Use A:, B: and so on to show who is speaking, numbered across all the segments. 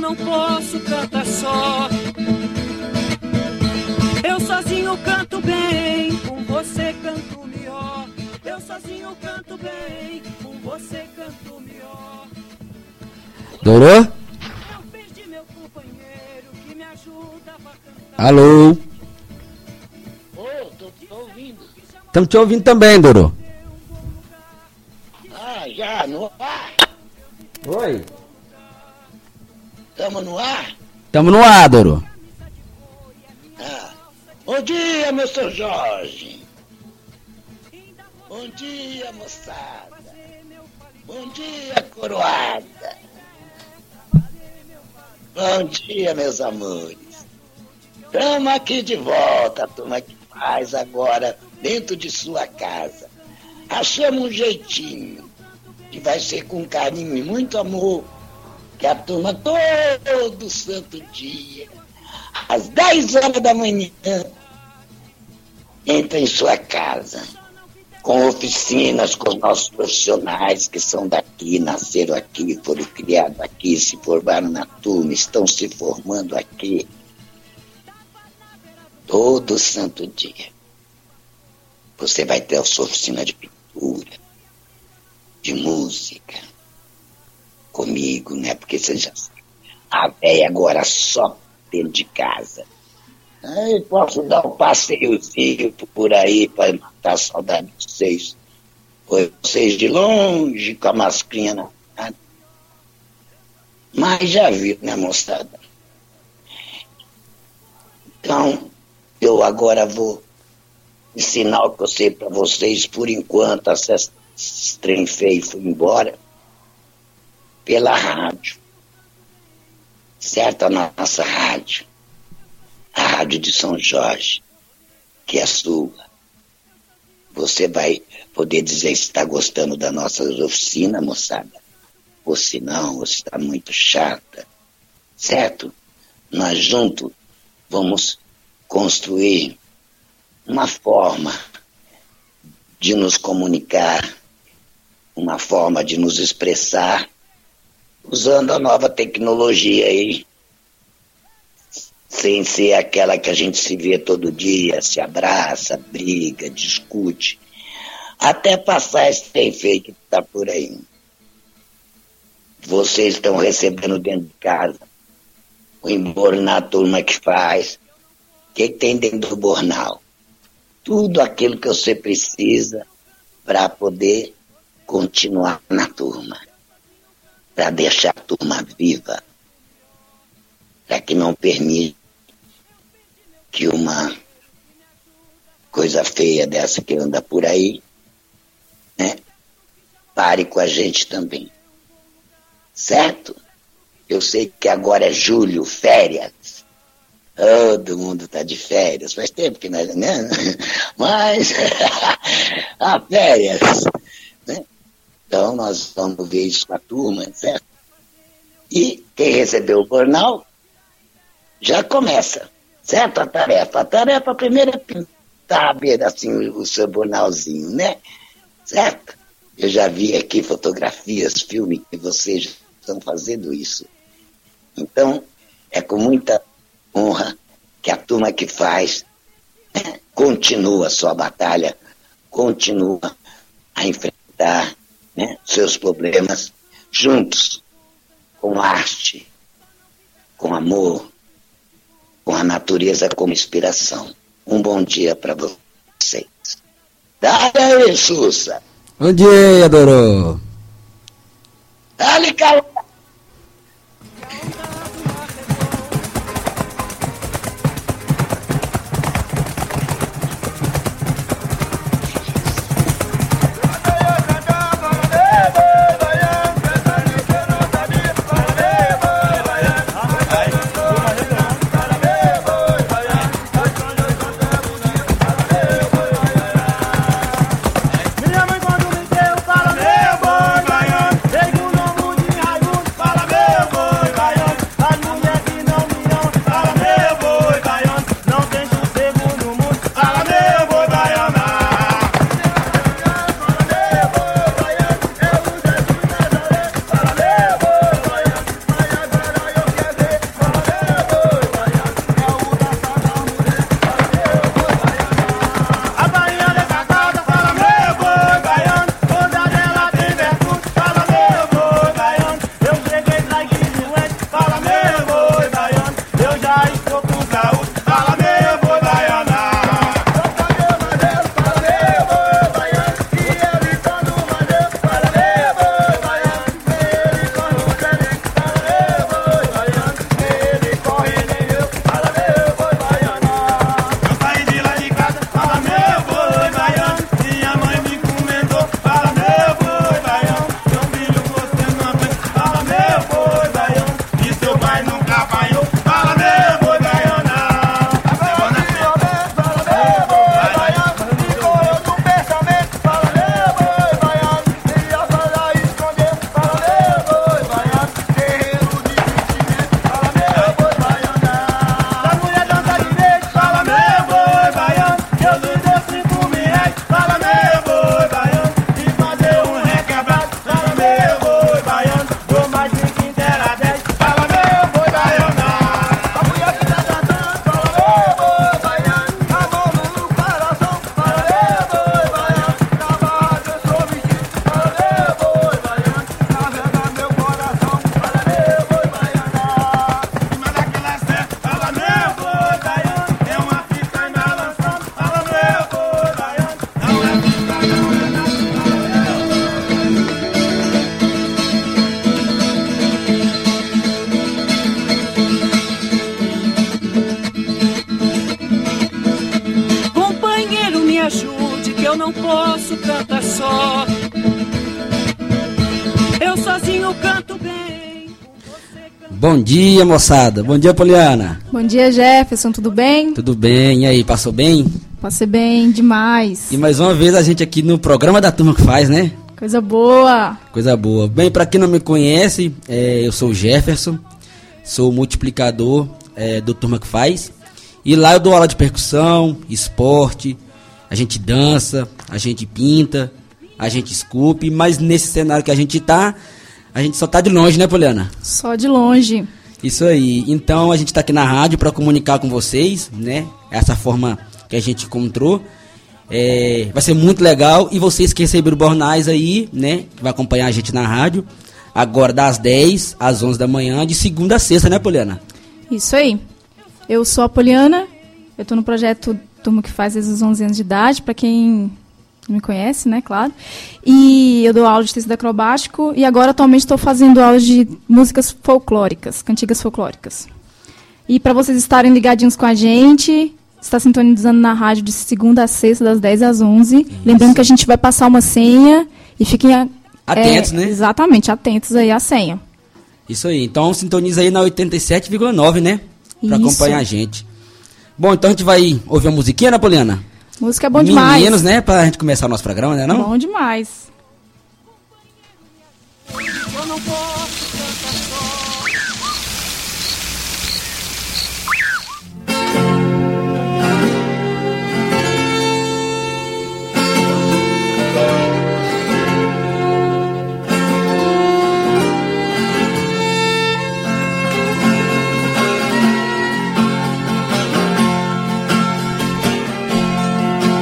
A: não posso cantar só. Eu sozinho canto bem, com você canto melhor. Eu sozinho canto bem, com você canto melhor. É
B: Dourou?
A: Eu perdi meu companheiro que me ajudava a cantar.
B: Alô?
C: Ô, tô, tô ouvindo.
B: Estamos te ouvindo também, Dourou.
C: Ah, já, no ar.
B: Oi.
C: Tamo no ar.
B: Tamo no ar, Dourou.
C: Ah. Bom dia, meu seu Jorge. Bom dia, moçada. Bom dia, coroada. Bom dia, meus amores. Tamo aqui de volta, turma que faz agora dentro de sua casa. Achamos um jeitinho, que vai ser com carinho e muito amor, que a turma todo santo dia, às 10 horas da manhã, entra em sua casa, com oficinas com os nossos profissionais que são daqui, nasceram aqui, foram criados aqui, se formaram na turma, estão se formando aqui. Todo santo dia. Você vai ter a sua oficina de pintura, de música, comigo, né? Porque você já sabe. A véia agora só dentro de casa. Aí posso dar um passeiozinho por aí para matar a saudade de vocês. Foi vocês de longe, com a mascrinha na cara. Mas já viu, né, moçada? Então, eu agora vou ensinar o que eu sei para vocês por enquanto, acesse esse trem feio foi embora pela rádio. Certo? A nossa rádio. A rádio de São Jorge, que é sua. Você vai poder dizer se está gostando da nossa oficina, moçada, ou se não, ou se está muito chata. Certo? Nós juntos vamos construir uma forma de nos comunicar, uma forma de nos expressar, usando a nova tecnologia aí, sem ser aquela que a gente se vê todo dia, se abraça, briga, discute, até passar esse trem feio que está por aí. Vocês estão recebendo dentro de casa o emborno na turma que faz. O que, que tem dentro do bornal? tudo aquilo que você precisa para poder continuar na turma, para deixar a turma viva, para que não permita que uma coisa feia dessa que anda por aí, né, pare com a gente também. Certo? Eu sei que agora é julho, férias, Todo mundo tá de férias. Faz tempo que nós, né? Mas a férias, né? Então nós vamos ver isso com a turma, certo? E quem recebeu o jornal já começa, certo? A tarefa. A tarefa primeiro é pintar bem, assim o seu jornalzinho, né? Certo? Eu já vi aqui fotografias, filme que vocês já estão fazendo isso. Então, é com muita honra que a turma que faz né, continua a sua batalha, continua a enfrentar né, seus problemas juntos, com arte, com amor, com a natureza como inspiração. Um bom dia para vocês. Dá aí, Sussa!
B: Bom dia, Dourou.
C: Dá-lhe calor!
A: Minha mãe quando me deu para meu boi baiano, dei o nome de Raimundo para meu boi baiano. eu canto bem.
B: Bom dia, moçada. Bom dia, Poliana.
D: Bom dia, Jefferson, tudo bem?
B: Tudo bem? E aí, passou bem?
D: Passei bem demais.
B: E mais uma vez a gente aqui no programa da turma que faz, né?
D: Coisa boa.
B: Coisa boa. Bem, pra quem não me conhece, é, eu sou o Jefferson, sou multiplicador é, do Turma que Faz. E lá eu dou aula de percussão, esporte, a gente dança, a gente pinta, a gente esculpe, mas nesse cenário que a gente tá, a gente só tá de longe, né, Poliana?
D: Só de longe.
B: Isso aí. Então a gente tá aqui na rádio para comunicar com vocês, né? Essa forma que a gente encontrou. É, vai ser muito legal. E vocês que receberam bornais aí, né? Que vai acompanhar a gente na rádio. Agora das 10 às 11 da manhã, de segunda a sexta, né, Poliana?
D: Isso aí. Eu sou a Poliana, eu estou no projeto Turma que faz desde os 11 anos de idade, para quem não me conhece, né, claro. E eu dou aula de tecido acrobático e agora atualmente estou fazendo aulas de músicas folclóricas, cantigas folclóricas. E para vocês estarem ligadinhos com a gente, está sintonizando na rádio de segunda a sexta, das 10 às 11. Lembrando que a gente vai passar uma senha e fiquem a-
B: Atentos,
D: é,
B: né?
D: Exatamente, atentos aí à senha.
B: Isso aí. Então sintoniza aí na 87,9, né? Pra
D: Isso.
B: acompanhar a gente. Bom, então a gente vai ouvir uma musiquinha, né, Poliana?
D: Música é bom demais.
B: Meninos, né? Pra gente começar o nosso programa, né? Não?
D: Bom demais.
A: Eu não posso cantar só.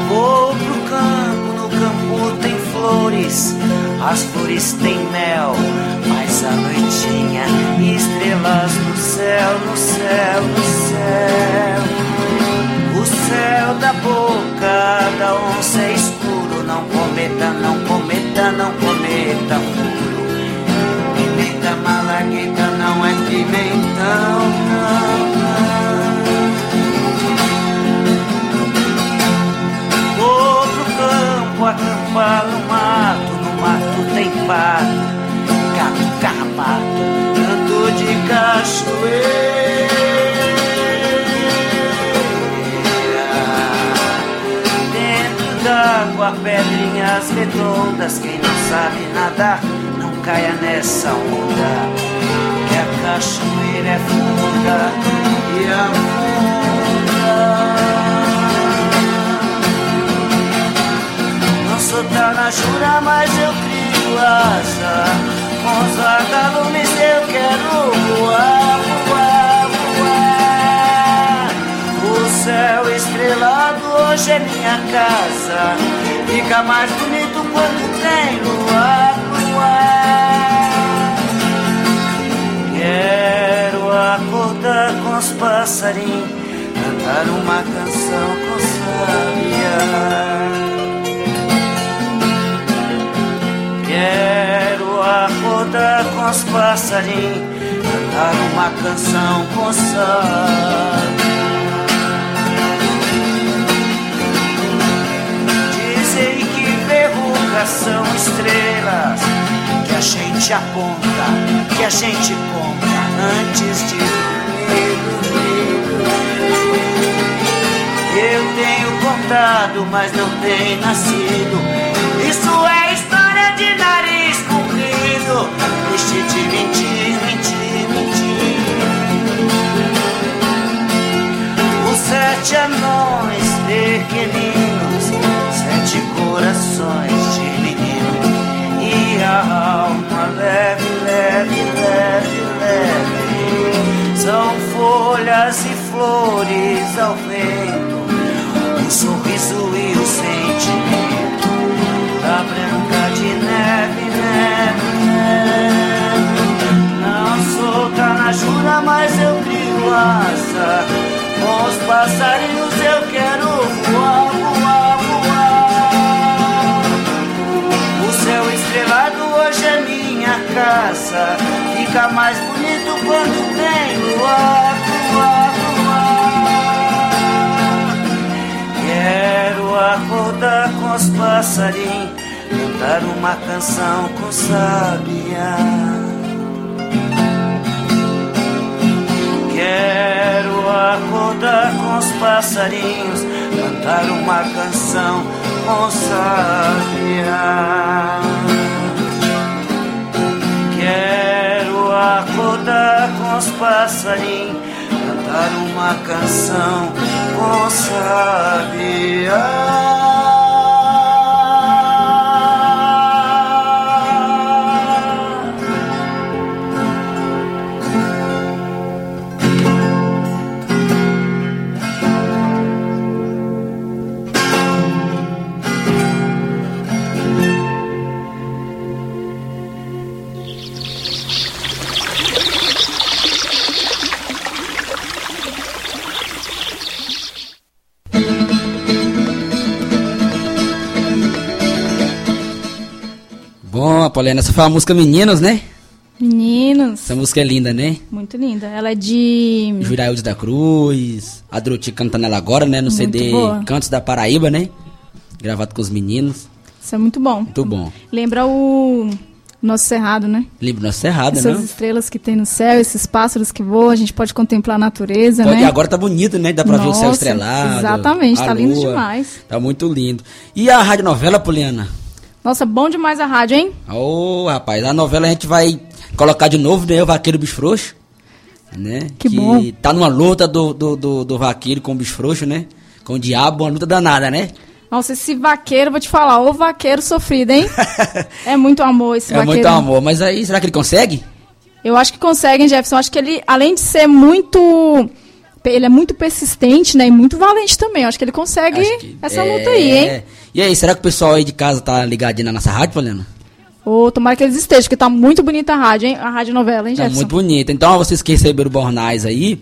E: Vou pro campo, no campo tem flores, as flores têm mel, mas a noitinha, estrelas no céu, no céu, no céu. O céu da boca da onça é escuro, não cometa, não cometa, não cometa furo. Pimenta malagueta não é pimentão, não, não. Vou pro campo acampar no mato, no mato tem pato, gato, carrapato, canto de cachoeira. Dentro d'água, pedrinhas redondas, quem não sabe nadar, não caia nessa onda, que a cachoeira é funda e afunda. Não sou tão na jura, mas eu crio asa. Com os vagalumes eu quero voar, voar, voar. O céu estrelado hoje é minha casa. Fica mais bonito quando tem luar, luar. Quero acordar com os passarinhos, cantar uma canção com sabiá. Quero acordar com os passarinhos, cantar uma canção com sabe. Dizem que verrugas são estrelas, que a gente aponta, que a gente conta antes de dormir, dormir. Eu tenho contado, mas não tem nascido. Isso é história de nariz comprido. Deixe de mentir, mentir, mentir. Os sete anões pequeninos, sete corações de menino. E a alma leve, leve, leve, leve. São folhas e flores ao vento, o Um sorriso e o sentimento da branca de neve, né? neve, neve. Não sou canajura, mas eu crio asa. Com os passarinhos eu quero voar, voar, voar. O céu estrelado hoje é minha casa. Fica mais bonito quando tem luar, luar, luar. Quero acordar com os passarinhos, cantar uma canção com sabiá. passarinhos cantar uma canção com sabiá. Quero acordar com os passarinhos, cantar uma canção com sabiá.
B: Bom, Apoliana, essa foi a música Meninos, né?
D: Meninos.
B: Essa música é linda, né?
D: Muito linda. Ela é de.
B: Juraildes da Cruz, a Druti cantando ela agora, né? No
D: Muito
B: CD
D: boa.
B: Cantos da Paraíba, né? Gravado com os meninos.
D: Isso é muito bom.
B: Muito bom.
D: Lembra o nosso cerrado, né?
B: Lembra nossa errada,
D: Essas
B: né?
D: estrelas que tem no céu, esses pássaros que voam, a gente pode contemplar a natureza,
B: Pode-
D: né?
B: agora tá bonito, né? Dá pra ver o céu
D: Nossa,
B: estrelado.
D: exatamente,
B: a
D: tá lindo
B: lua.
D: demais.
B: Tá muito lindo. E a radionovela, Poliana?
D: Nossa, bom demais a rádio, hein?
B: Ô, rapaz, a novela a gente vai colocar de novo, né? O Vaqueiro e o Bicho Frouxo. Né?
D: Que bom.
B: Tá numa luta do, do, do, do vaqueiro com o bicho frouxo, né? Com o diabo, uma luta danada, né?
D: Nossa, esse vaqueiro, vou te falar, o vaqueiro sofrido, hein? é muito amor esse
B: é
D: vaqueiro.
B: muito amor. Mas aí, será que ele consegue?
D: Eu acho que consegue, hein, Jefferson? Acho que ele, além de ser muito. Ele é muito persistente, né? E muito valente também. Eu acho que ele consegue
B: Acho que-
D: essa
B: é.
D: luta aí, hein?
B: E aí, será que o pessoal aí de casa tá ligadinho na nossa rádio, Poliana? Tá
D: Ô, tomara que eles estejam, porque tá muito bonita a rádio, hein? A rádio novela, hein,
B: Tá
D: Jefferson?
B: muito bonito. Então, vocês que receberam o Bornais aí,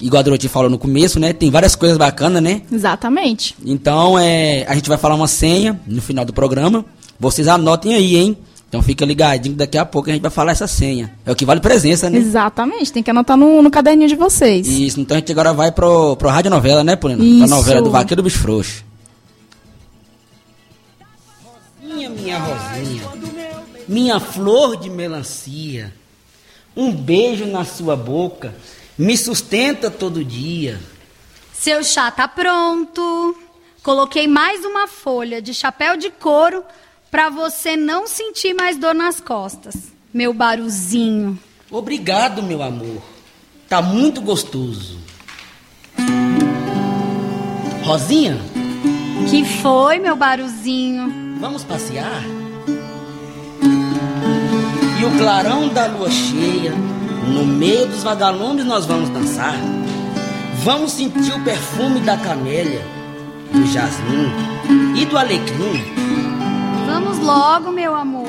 B: igual a Dorothy falou no começo, né? Tem várias coisas bacanas, né?
D: Exatamente.
B: Então, é, a gente vai falar uma senha no final do programa. Vocês anotem aí, hein? Então fica ligadinho, que daqui a pouco a gente vai falar essa senha. É o que vale presença, né?
D: Exatamente. Tem que anotar no, no caderninho de vocês.
B: Isso, então a gente agora vai pro, pro Rádio Novela, né, Polina? Pra
D: Isso.
B: novela do Vaqueiro Bicho Frouxo. Minha, minha rosinha, minha flor de melancia, um beijo na sua boca, me sustenta todo dia.
F: Seu chá tá pronto. Coloquei mais uma folha de chapéu de couro pra você não sentir mais dor nas costas. Meu baruzinho.
B: Obrigado, meu amor. Tá muito gostoso. Rosinha,
F: Que foi, meu baruzinho?
B: vamos passear? E o clarão da lua cheia, no meio dos vagalumes nós vamos dançar. Vamos sentir o perfume da camélia, do jasmim e do alecrim.
F: Vamos logo, meu amor.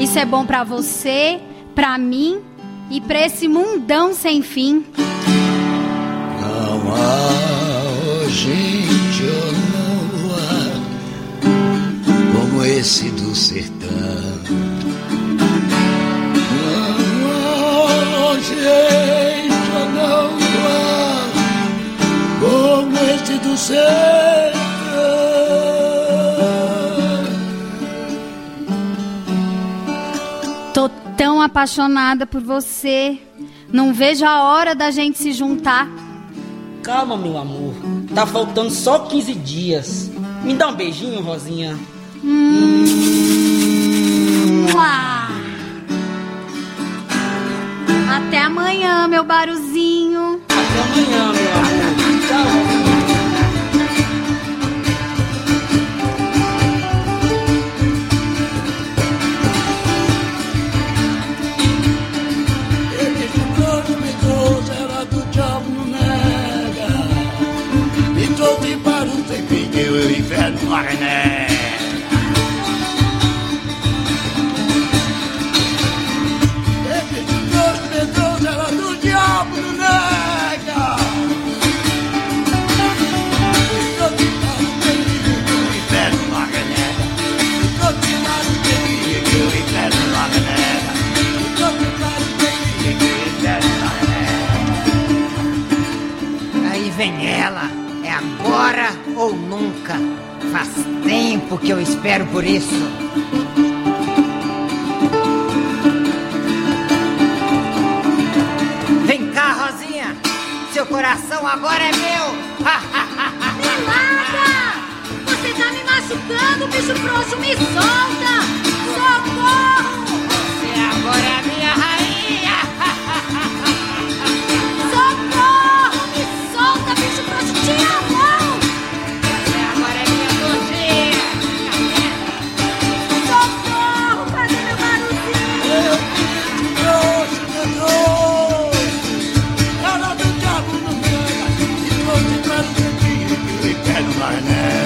F: Isso é bom pra você, pra mim e pra esse mundão sem fim.
G: Não há hoje em dia um luar como esse do sertão. Não há hoje em dia um luar como esse do sertão.
F: Tô tão apaixonada por você. Não vejo a hora da gente se juntar.
B: Calma, meu amor. Tá faltando só 15 dias. Me dá um beijinho, Rosinha.
F: Mua! Até amanhã, meu baruzinho.
B: Até amanhã, meu amor. Tchau, Rosinha.
G: Ele ficou me trouxe, era do diabo nega. Me trouxe para o sem pediu e o inferno marné. Ele ficou me trouxe, era do diabo nega. Me trouxe para o sem pediu e o inferno marné. Me trouxe para o sem pediu e o inferno marné. Me trouxe para o sem pediu e o inferno marné.
H: Aí vem ela. É agora ou nunca. Faz tempo que eu espero por isso. Vem cá, Rosinha. Seu coração agora é meu.
F: tá machucando, bicho frouxo, me solta! Socorro!
H: Você agora é minha rainha.
F: Socorro! Me solta, bicho frouxo, tira a mão!
H: Você agora é minha dozinha.
F: Socorro! Cadê meu barulhinho?
G: Trouxe, me trouxe, cara do diabo não ganha, me trouxe para o cantinho que lhe pego na janela.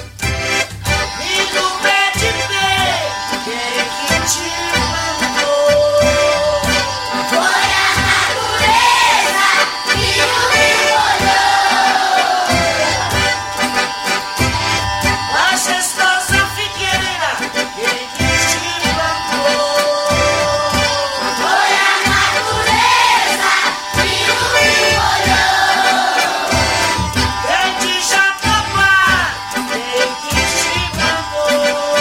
E: E no pé de pé, quem é que te mandou? Foi a natureza que não me olhou. A gestosa figueira, quem é que te mandou? Foi a natureza que não me olhou. Quem te jatobá, quem que te mandou?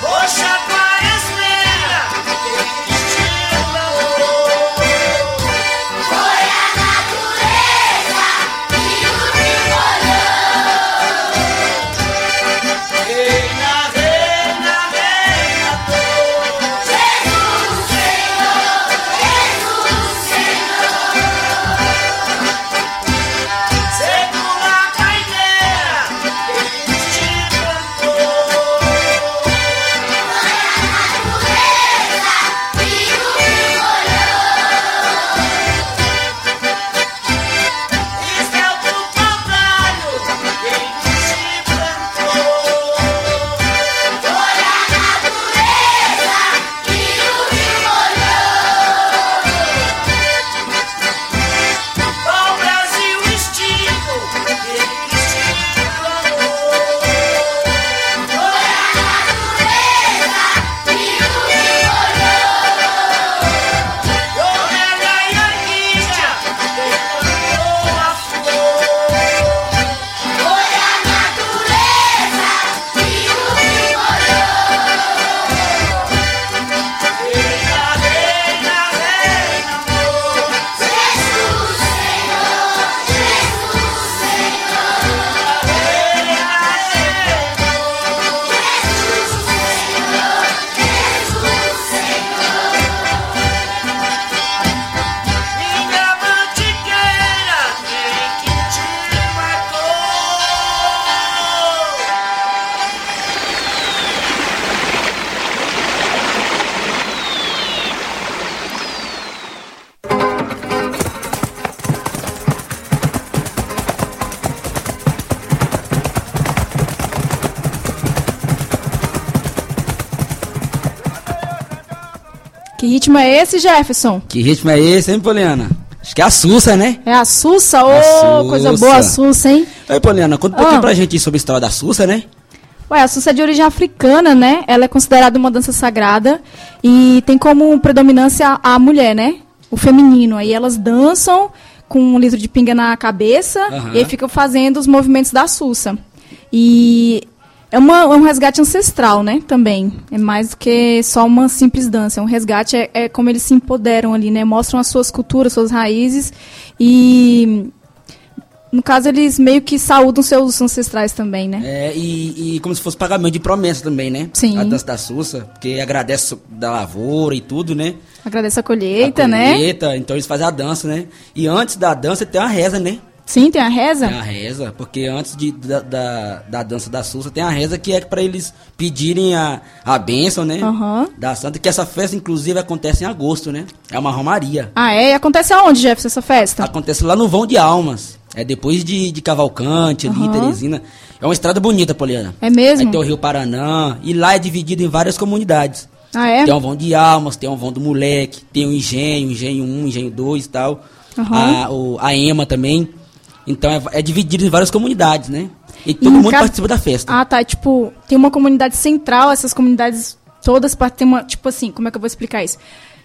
E: Poxa, quaresmeira, que te mandou? Reina, reina, reina tua. Jesus Senhor, Jesus Senhor. Segura a caideira, ele te cantou. Isso é o contrário, ele te cantou. Ao Brasil estivo, ele se declarou. Foi a natureza que o olhou. Correndo a Iaquinha, levantou a flor. Foi a natureza que o olhou. Reina, reina, reina, amor. Jesus, Minha mantiqueira, quem que te matou?
D: Que ritmo é esse, Jefferson?
B: Que ritmo é esse, hein, Poliana? Acho que é a Sussa, né?
D: É a Sussa, ô,
B: A
D: coisa
B: Sussa.
D: boa a Sussa, hein?
B: Aí, Poliana, conta um pouquinho
D: Ah.
B: pra gente aí sobre a história da Sussa, né?
D: Ué, a Sussa é de origem africana, né? Ela é considerada uma dança sagrada e tem como predominância a mulher, né? O feminino. Aí elas dançam com um litro de pinga na cabeça
B: Aham.
D: e aí ficam fazendo os movimentos da Sussa. E é, uma- é um resgate ancestral, né? Também. É mais do que só uma simples dança. É um resgate, é, é como eles se empoderam ali, né? Mostram as suas culturas, suas raízes e. No caso, eles meio que saúdam seus ancestrais também, né?
B: É, e, e como se fosse pagamento de promessa também, né?
D: Sim.
B: A dança da Sussa, porque agradece da lavoura e tudo, né?
D: Agradeço a
B: A
D: colheita, né?
B: colheita, Então eles fazem a dança, né? E antes da dança tem uma reza, né?
D: Sim, tem a reza.
B: Tem a reza, porque antes de, da, da, da dança da Sussa tem a reza que é pra eles pedirem a, a bênção, né?
D: Aham.
B: Da santa, que essa festa, inclusive, acontece em agosto, né? É uma romaria.
D: Ah, é? E acontece aonde, Jefferson, essa festa?
B: Acontece lá no Vão de Almas. É depois de, de Cavalcante, ali,
D: Aham.
B: Teresina. É uma estrada bonita, Poliana.
D: É mesmo?
B: Aí tem o Rio Paranã. E lá é dividido em várias comunidades.
D: Ah, é?
B: Tem um vão de almas, tem um vão do moleque, tem o engenho, engenho 1, engenho 2 e tal.
D: Aham.
B: A, o- a EMA também. Então é, é dividido em várias comunidades, né? E todo
D: no
B: mundo
D: caso-
B: participa da festa.
D: Ah, tá. é Tipo, tem uma comunidade central, essas comunidades todas partem uma. Tipo assim, como é que eu vou explicar isso?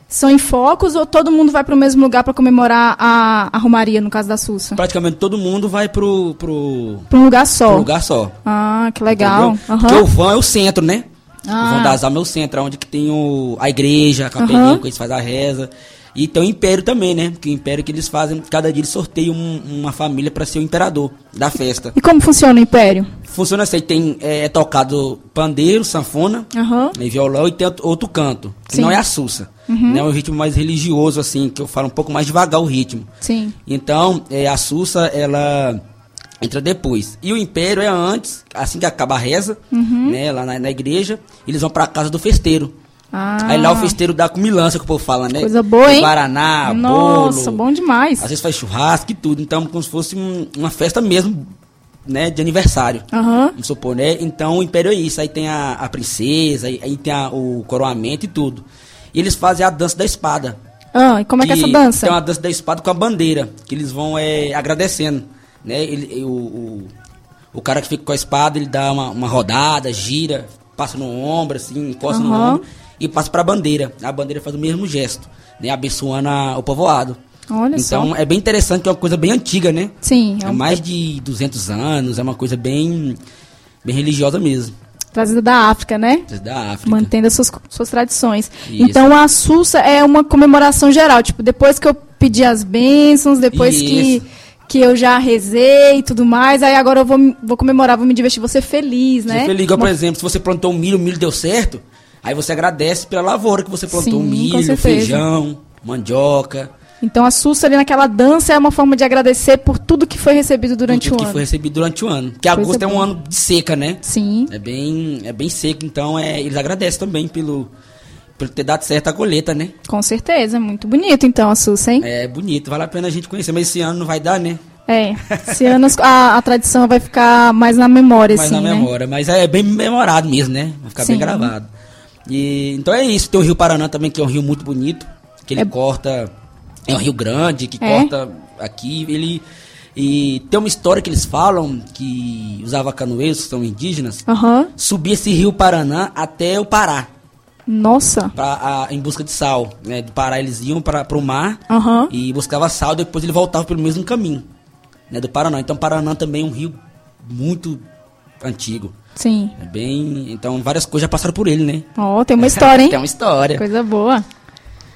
D: São em focos ou todo mundo vai para o mesmo lugar para comemorar a, a Romaria, no caso da Sussa?
B: Praticamente todo mundo vai pro, pro,
D: Para um lugar só.
B: pro lugar só.
D: Ah, que legal.
B: Entendeu? Porque o
D: Aham.
B: van é o centro, né?
D: Ah.
B: O van das almas é o centro, é onde que tem o, a igreja, a capelinha,
D: Aham.
B: que eles fazem a reza. E tem o império também, né? Que o império que eles fazem, cada dia eles sorteiam um- uma família pra ser o imperador da festa.
D: E como funciona o Império?
B: Funciona assim, tem é, é tocado pandeiro, sanfona,
D: Aham.
B: né, violão e tem outro- outro canto, que
D: Sim. Uhum.
B: não é a sussa. Né, é um ritmo mais religioso, assim, que eu falo um pouco mais devagar o ritmo.
D: Sim.
B: Então, é, a Sussa, ela entra depois. E o Império é antes, assim que acaba a reza,
D: Uhum.
B: né, lá na, na igreja, eles vão pra casa do festeiro.
D: Ah.
B: Aí lá o festeiro dá comilança, que o povo fala, né?
D: Coisa boa,
B: Tem
D: hein?
B: Guaraná,
D: Nossa,
B: Ah, bolo.
D: bom demais.
B: Às vezes faz churrasco e tudo. Então, como se fosse um- uma festa mesmo, né, de aniversário.
D: Aham.
B: Vamos supor, né? Então o Império é isso. Aí tem a, a princesa, aí, aí tem a- o coroamento e tudo. E eles fazem a dança da espada.
D: Ah, e como é que é essa dança?
B: Tem uma dança da espada com a bandeira, que eles vão é, agradecendo. Né? Ele, e o, o, o cara que fica com a espada, ele dá uma, uma rodada, gira, passa no ombro, assim, encosta no
D: Aham.
B: ombro e passa pra bandeira. A bandeira faz o mesmo gesto, né? abençoando a- o povoado.
D: Olha
B: então
D: só.
B: é bem interessante, que é uma coisa bem antiga, né?
D: Sim, é
B: É
D: um-
B: mais de 200 anos, é uma coisa bem, bem religiosa mesmo,
D: trazida da África, né?
B: da África.
D: Mantendo as suas, suas tradições.
B: Isso.
D: Então a Sussa é uma comemoração geral. Tipo, depois que eu pedi as bênçãos, depois que,
B: Isso.
D: que eu já rezei e tudo mais, aí agora eu vou, me- vou comemorar, vou me divertir, vou ser feliz, né?
B: Você foi igual,
D: Uma-
B: por exemplo, se você plantou um milho, o milho deu certo, aí você agradece pela lavoura que você plantou,
D: Sim, com
B: milho,
D: certeza.
B: feijão, mandioca,
D: Então a Sussa ali naquela dança é uma forma de agradecer por tudo que foi recebido durante
B: tudo
D: o
B: que
D: ano.
B: foi recebido durante o ano. Porque
D: Coisa
B: agosto é um
D: boa.
B: ano de seca, né?
D: Sim.
B: É bem, é bem seco, então é, eles agradecem também pelo, pelo ter dado certo a colheita, né?
D: Com certeza, muito bonito então a Sussa, hein?
B: É bonito, vale a pena a gente conhecer, mas esse ano não vai dar, né?
D: É, esse ano as- a, a tradição vai ficar mais na memória,
B: mais
D: assim,
B: na
D: né?
B: memória, mas é bem memorado mesmo, né? Vai ficar bem
D: Sim.
B: gravado. E, então é isso, tem o Rio Paraná também, que é um rio muito bonito, que ele
D: É-
B: corta, é um rio grande, que
D: É?
B: corta aqui, ele... E tem uma história que eles falam, que os avacanoeiros, que são indígenas,
D: Aham.
B: subir esse rio Paraná até o Pará,
D: Nossa.
B: pra, a- em busca de sal, né? Do Pará eles iam para o mar
D: Aham.
B: e buscava sal, depois ele voltava pelo mesmo caminho, né? Do Paraná. Então Paraná também é um rio muito antigo.
D: Sim.
B: É bem. Então várias coisas já passaram por ele, né?
D: Ó, tem uma história, hein?
B: Tem uma história.
D: Coisa boa.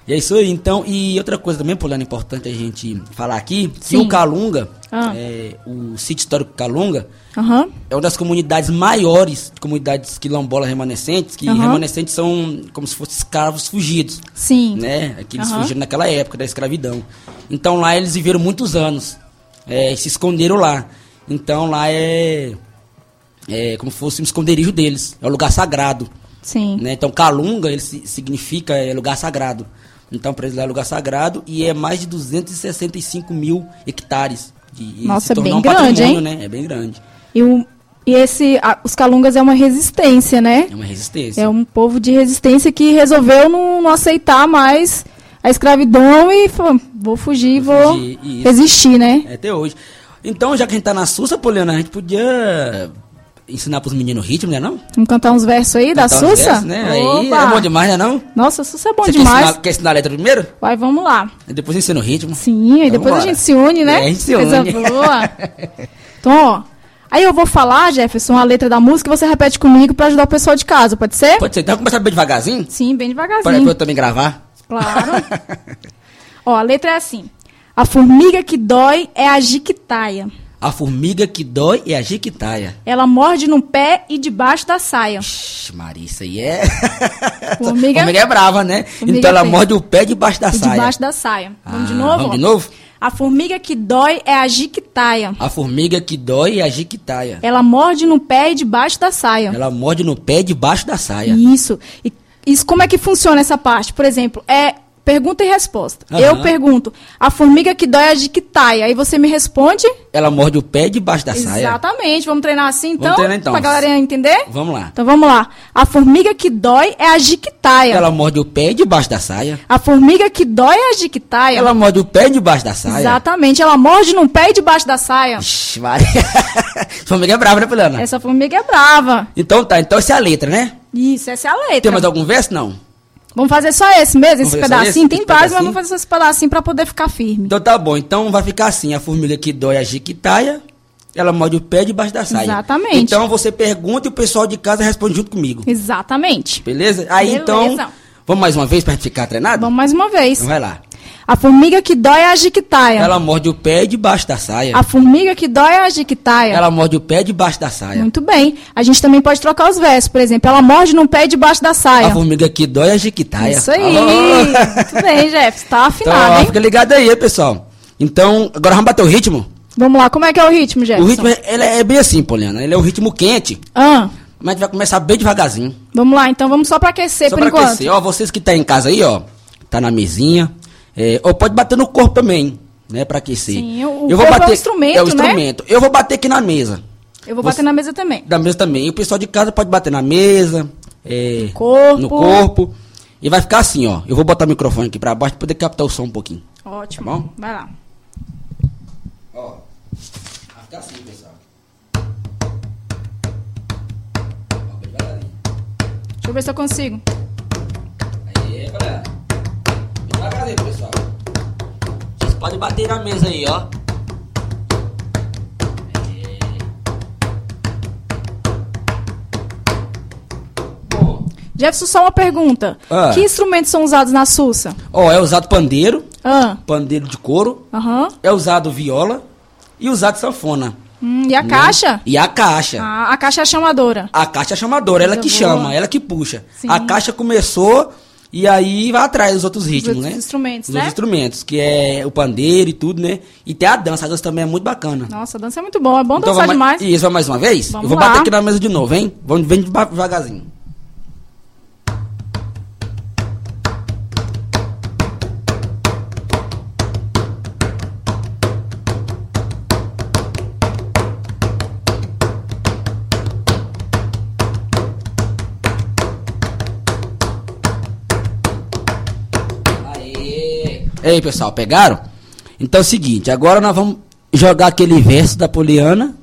B: E é isso aí, então. E outra coisa também, Poliana, importante a gente falar aqui, que
D: Sim.
B: o Calunga,
D: Ah.
B: é, o sítio histórico Calunga,
D: Aham.
B: é uma das comunidades maiores, comunidades quilombolas remanescentes, que
D: Aham.
B: remanescentes são como se fossem escravos fugidos,
D: Sim.
B: né? Aqueles
D: Aham.
B: fugiram naquela época da escravidão. Então lá eles viveram muitos anos, é, e se esconderam lá. Então lá é, é como se fosse um esconderijo deles, é um lugar sagrado.
D: Sim.
B: né? Então, Calunga, ele si- significa é, lugar sagrado. Então, para eles lá é lugar sagrado e é mais de 265 mil hectares. E, e
D: Nossa, é
B: tornou
D: bem grande,
B: patrimônio, Né? É bem grande.
D: E, o, e esse, a- os Calungas é uma resistência, né?
B: É uma resistência.
D: É um povo de resistência que resolveu não, não aceitar mais a escravidão e falou, vou fugir,
B: Vou
D: vou,
B: fugir, isso.
D: resistir, né?
B: É até hoje. Então, já que a gente tá na Sussa, Poliana, a gente podia ensinar pros meninos o ritmo, né não?
D: Vamos cantar uns versos aí da
B: Cantar uns
D: Sussa?
B: versos, né? Aí
D: Oba!
B: é bom demais, né não?
D: Nossa, a Sussa é bom
B: Você quer
D: demais.
B: ensinar, quer ensinar a letra primeiro?
D: Vai, vamos lá.
B: E depois ensina o ritmo.
D: Sim, aí
B: Então,
D: depois a
B: vambora.
D: gente se une, né?
B: É, a gente se
D: Coisa
B: une.
D: boa. Então, ó. Aí eu vou falar, Jefferson, a letra da música e você repete comigo pra ajudar o pessoal de casa, pode ser?
B: Pode ser. Então, começar bem devagarzinho?
D: Sim, bem
B: Para
D: devagarzinho.
B: eu também gravar.
D: Claro. ó, a letra é assim. A formiga que dói é a jiquitaia.
B: A formiga que dói é a jiquitaia.
D: Ela morde num pé e debaixo da saia.
B: Ixi, Maria, isso aí é.
D: Formiga-
B: é brava, né?
D: Formiga
B: então ela
D: tem.
B: morde o pé debaixo da
D: E
B: saia.
D: debaixo da saia. Vamos de
B: Ah,
D: novo?
B: Vamos de
D: ó.
B: novo?
D: A formiga que dói é a jiquitaia.
B: A formiga que dói é a jiquitaia.
D: Ela morde num pé e debaixo da saia.
B: Ela morde no pé debaixo da saia.
D: Isso. É. E isso, como é que funciona essa parte? Por exemplo, é pergunta e resposta.
B: Aham.
D: Eu pergunto, a formiga que dói é a jiquitaia. Aí você me responde.
B: Ela morde o pé debaixo da saia.
D: Exatamente. Vamos treinar assim então?
B: treinar, então.
D: Pra galera entender?
B: Vamos lá.
D: Então vamos lá. A formiga que dói é a jiquitaia.
B: Ela morde o pé debaixo da saia.
D: A formiga que dói é a jiquitaia.
B: Ela morde o pé debaixo da saia.
D: Exatamente. Ela morde num pé e debaixo da saia.
B: Ixi, Maria. formiga é brava, né, Poliana?
D: Essa formiga é brava.
B: Então tá, então essa é a letra, né?
D: Isso, essa é a letra.
B: Tem mais algum verso? Não.
D: Vamos fazer só esse mesmo,
B: Vamos
D: esse
B: fazer só
D: pedacinho.
B: esse?
D: Tem
B: Esse
D: vários, mas
B: pedacinho?
D: vamos fazer só esse pedacinho pra poder ficar firme.
B: Então tá bom, então vai ficar assim, a formiga que dói a jiquitaia, ela morde o pé debaixo da saia.
D: Exatamente.
B: Então você pergunta e o pessoal de casa responde junto comigo.
D: Exatamente.
B: Beleza? Aí
D: Beleza.
B: então, vamos mais uma vez pra gente ficar treinado?
D: Vamos mais uma vez.
B: Então vai lá.
D: A formiga que dói é a jiquitaia.
B: Ela morde o pé debaixo da saia.
D: A formiga que dói é a jiquitaia.
B: Ela morde o pé debaixo da saia.
D: Muito bem. A gente também pode trocar os versos, por exemplo. Ela morde num pé debaixo da saia.
B: A formiga que dói é a jiquitaia.
D: Isso aí.
B: Alô?
D: Muito bem, Jefferson.
B: Então,
D: Tá afinado,
B: ó,
D: hein?
B: fica ligado aí, pessoal. Então, agora vamos bater o ritmo?
D: Vamos lá. Como é que é o ritmo,
B: O
D: Jefferson?
B: ritmo é, ele é bem assim, Poliana. Ele é um ritmo quente,
D: Ah,
B: mas a gente vai começar bem devagarzinho.
D: vamos lá. Então vamos só pra aquecer
B: Só
D: por
B: pra
D: enquanto.
B: aquecer. Ó, vocês que tá em casa aí, ó, tá na mesinha, é, ou pode bater no corpo também, né, pra aquecer.
D: Sim, o- o corpo é o instrumento,
B: É o
D: né?
B: instrumento. Eu vou bater aqui na mesa,
D: Eu vou bater
B: Você-
D: na mesa também.
B: da mesa também. E o pessoal de casa pode bater na mesa, é, no
D: corpo.
B: corpo. E vai ficar assim, ó. Eu vou botar o microfone aqui pra baixo pra poder captar o som um pouquinho.
D: Ótimo.
B: Tá bom?
D: Vai lá.
B: Ó, vai ficar assim, pessoal. Ó, bem devagarinho.
D: Deixa eu ver se eu consigo.
B: Aê, é, galera. Devagarzinho, pessoal. Vocês podem bater na mesa aí, ó. Aê. Bom,
D: Jefferson, só uma pergunta.
B: Ah.
D: Que instrumentos são usados na Sussa?
B: Ó, é usado pandeiro,
D: Ah,
B: pandeiro de couro,
D: aham.
B: é usado viola e usado sanfona.
D: Hum, e a
B: né?
D: caixa?
B: E a caixa.
D: Ah, a caixa é a chamadora.
B: A caixa é chamadora, ela
D: Coisa
B: que
D: boa.
B: chama, ela que puxa.
D: Sim.
B: A caixa começou e aí vai atrás dos outros ritmos,
D: outros
B: né?
D: instrumentos,
B: Os
D: né?
B: outros instrumentos, que é o pandeiro e tudo, né? E tem a dança, a dança também é muito bacana.
D: Nossa, a dança é muito boa. É bom
B: Então
D: dançar
B: vamos mais-
D: demais.
B: Isso, vai mais uma vez?
D: Vamos
B: Eu vou
D: lá.
B: bater aqui na mesa de novo, hein? Vamos vem deva- devagarzinho. Aê! Ei, pessoal, pegaram? Então é o seguinte, agora nós vamos jogar aquele verso da Poliana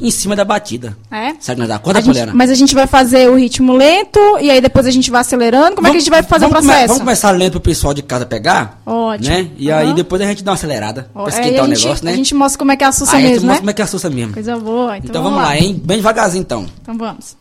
B: em cima da batida.
D: É?
B: Sabe nós dá
D: A
B: conta,
D: gente-
B: Poliana?
D: mas a gente vai fazer o ritmo lento e aí depois a gente vai acelerando. Como é que a gente vai fazer o
B: vamos come-
D: processo?
B: vamos começar lento pro pessoal de casa pegar.
D: Ótimo.
B: Né? E
D: Aham.
B: aí depois a gente dá uma acelerada.
D: Ó,
B: pra
D: é,
B: esquentar
D: e a
B: o
D: gente-
B: negócio, né?
D: A gente mostra como é que é a Sussa
B: Aí a gente
D: mesmo, né?
B: mostra como é que é a sussa mesmo.
D: Coisa boa. Então,
B: Então, vamos lá. hein? Bem devagarzinho, então.
D: Então vamos.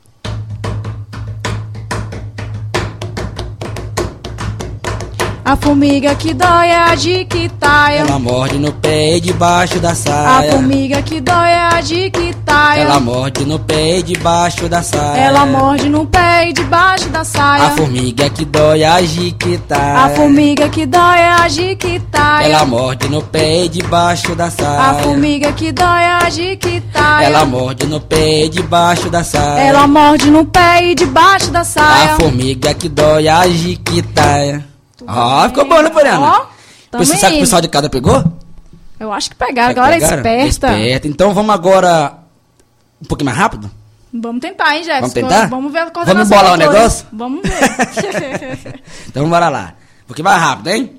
D: A formiga que dói é a jiquitaia.
B: Ela morde no pé e debaixo da
D: É. A
B: saia.
D: formiga que dói é a jiquitaia.
B: Ela morde no pé e debaixo da saia.
D: Ela morde no pé e debaixo da saia.
B: A formiga que dói a tá. jiquitaia.
D: A formiga que dói é a jiquitaia.
B: Ela morde no pé e debaixo da saia.
D: A formiga que dói é a jiquitaia.
B: Ela morde no pé e debaixo da saia.
D: Ela morde no pé e debaixo da
B: A
D: saia.
B: formiga que dói a jiquitaia. Ó,
D: bem.
B: ficou bom, né, Poliana?
D: Ó, tamo
B: Você sabe que o
D: indo.
B: pessoal de casa pegou?
D: Eu acho que pegaram. A galera é
B: Pegaram?
D: esperta.
B: Esperta. Então vamos agora um pouquinho mais rápido?
D: Vamos tentar, hein, Jefferson?
B: Vamos tentar?
D: Vamos ver a
B: Vamos
D: coordenação
B: embolar o
D: motora.
B: negócio?
D: Vamos ver.
B: Então bora lá. Um pouquinho mais rápido, hein?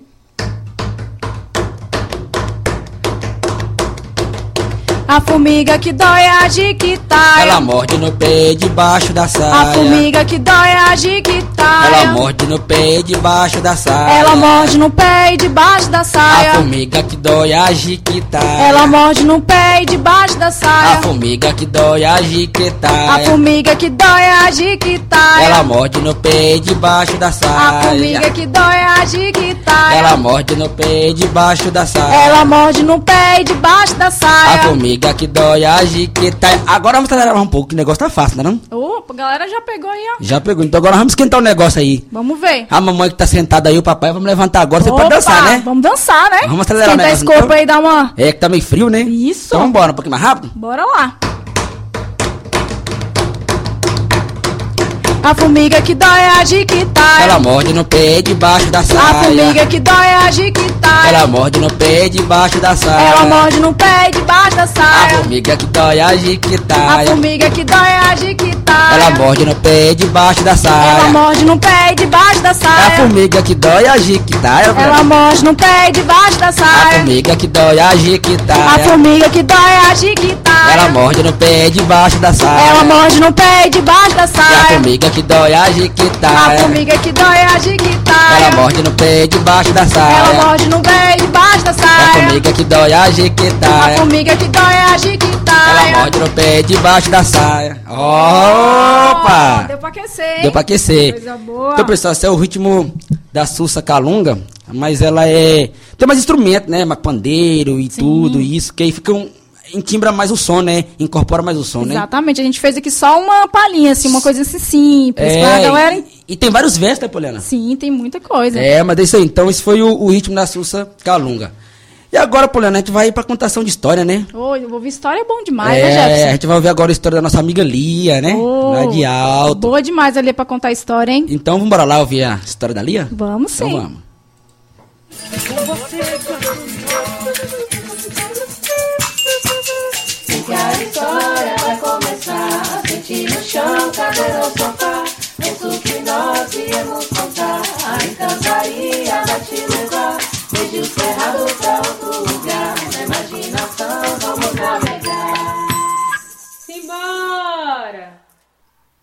D: a formiga que dói é a jiquitaia.
B: Ela morde no pé e debaixo da saia.
D: a formiga que dói é a jiquitaia.
B: Ela morde no pé e debaixo da saia.
D: Ela morde no pé e debaixo da saia.
B: A formiga que dói a jiquitaia.
D: Ela morde no pé e debaixo da saia.
B: A formiga que dói a
D: A
B: jiquitaia.
D: formiga que dói é a jiquitaia.
B: Ela morde no pé e debaixo da
D: a
B: saia.
D: formiga que dói é a jiquitaia.
B: Ela morde no pé e debaixo da saia.
D: Ela morde no pé e debaixo da
B: A
D: saia.
B: formiga que dói a jiquitaia. Agora vamos acelerar mais um pouco, que o negócio tá fácil, né não?
D: Opa, a galera já pegou aí, ó.
B: Já pegou, então agora vamos esquentar o negócio aí.
D: Vamos ver.
B: A mamãe que tá sentada aí, o papai, vamos levantar agora. Você pode
D: Opa,
B: dançar, né?
D: Vamos dançar, né?
B: Vamos acelerar o
D: Esquentar
B: negócio,
D: esse corpo
B: então.
D: aí, dá uma...
B: É que tá meio frio, né?
D: Isso.
B: Então vambora, um pouquinho mais rápido.
D: Bora lá. A formiga que dói é a jiquitaia.
B: Ela morde no pé debaixo da saia.
D: A Ah, formiga que dói é a jiquitaia.
B: Ela morde no pé debaixo da saia.
D: Ela morde no pé e debaixo da
B: A
D: saia.
B: formiga que dói a
D: A
B: jiquitaia.
D: formiga que dói é a jiquitaia.
B: Ela morde no pé debaixo da
D: Ela
B: saia.
D: morde no pé e debaixo da
B: É A
D: saia.
B: formiga que dói a jiquitaia.
D: Ela morde no pé e debaixo da
B: A
D: saia.
B: formiga que dói a
D: A
B: jiquitaia.
D: formiga que dói a jiquitaia.
B: Ela morde no pé debaixo da saia.
D: Ela morde no pé e debaixo da
B: E a
D: saia.
B: formiga que dói a
D: A
B: jiquitaia.
D: formiga que dói a jiquitaia.
B: Ela morde no pé debaixo da
D: Ela
B: saia.
D: morde no pé e debaixo da
B: E a
D: saia.
B: formiga que dói a
D: A
B: jiquitaia.
D: formiga que dói a
B: Ela
D: jiquitaia.
B: morde no pé debaixo da saia. Opa!
D: Deu pra aquecer, hein?
B: Deu pra aquecer.
D: Coisa boa.
B: Então, pessoal, esse é o ritmo da Sussa Calunga, mas ela é. Tem mais instrumento, né? Mais pandeiro e tudo, isso, que aí fica um. Entimbra mais o som, né? Incorpora mais o som, né?
D: Exatamente, a gente fez aqui só uma palhinha, assim, uma coisa assim simples,
B: É,
D: pra galera... en-
B: e, e tem vários versos, né, Poliana?
D: Sim, tem muita coisa.
B: É, mas é isso aí. Então, esse foi o, o ritmo da Sussa Calunga. E agora, Poliana, a gente vai pra contação de história, né?
D: Ô, eu ouvir história é bom demais, né,
B: é, a
D: Jefferson?
B: gente vai ouvir agora a história da nossa amiga Lia, né?
D: Ô,
B: Lá de alto.
D: Boa demais ali pra contar a história, hein?
B: Então, vamos lá ouvir a história da Lia?
D: Vamos sim.
B: Então, vamos.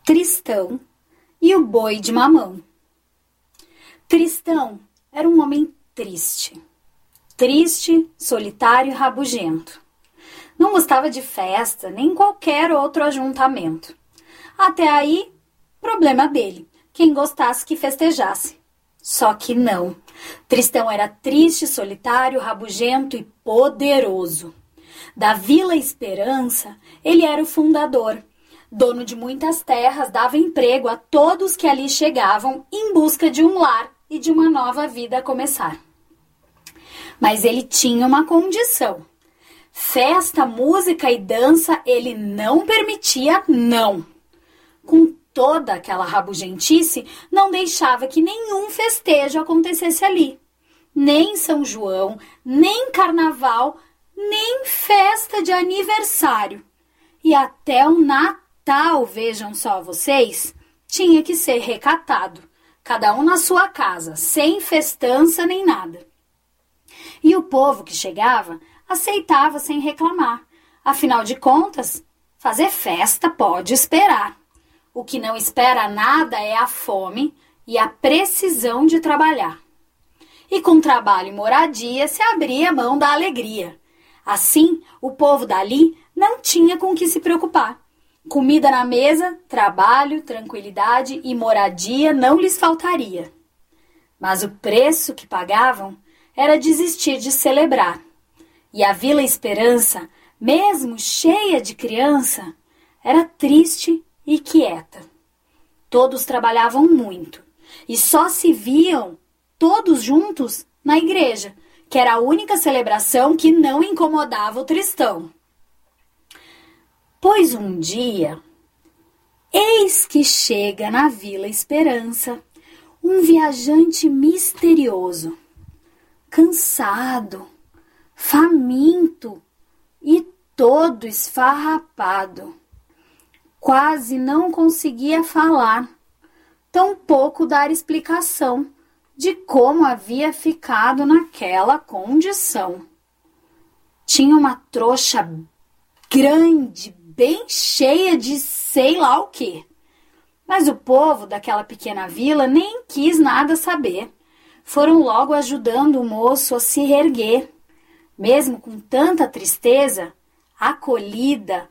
F: Tristão e o boi de mamão. Tristão era um homem triste. Triste, solitário e rabugento. Não gostava de festa nem qualquer outro ajuntamento. Até aí, problema dele. Quem gostasse que festejasse. Só que não. Tristão era triste, solitário, rabugento e poderoso. Da Vila Esperança, ele era o fundador. Dono de muitas terras, dava emprego a todos que ali chegavam em busca de um lar e de uma nova vida a começar. Mas ele tinha uma condição. Festa, música e dança ele não permitia, não. Com toda aquela rabugentice, não deixava que nenhum festejo acontecesse ali. Nem São João, nem carnaval, nem festa de aniversário. E até o Natal, vejam só vocês, tinha que ser recatado. Cada um na sua casa, sem festança nem nada. E o povo que chegava aceitava sem reclamar. Afinal de contas, fazer festa pode esperar. O que não espera nada é a fome e a precisão de trabalhar. E com trabalho e moradia se abria mão da alegria. Assim, o povo dali não tinha com o que se preocupar. Comida na mesa, trabalho, tranquilidade e moradia não lhes faltaria mas o preço que pagavam era desistir de celebrar. E a Vila Esperança, mesmo cheia de criança, era triste e quieta. Todos trabalhavam muito e só se viam todos juntos na igreja, que era a única celebração que não incomodava o Tristão. Pois um dia, Eis que chega na Vila Esperança um viajante misterioso, cansado, faminto e todo esfarrapado. Quase não conseguia falar, tampouco dar explicação de como havia ficado naquela condição. Tinha uma trouxa grande, bem cheia de sei lá o que. Mas o povo daquela pequena vila nem quis nada saber. Foram logo ajudando o moço a se reerguer. Mesmo com tanta tristeza, acolhida,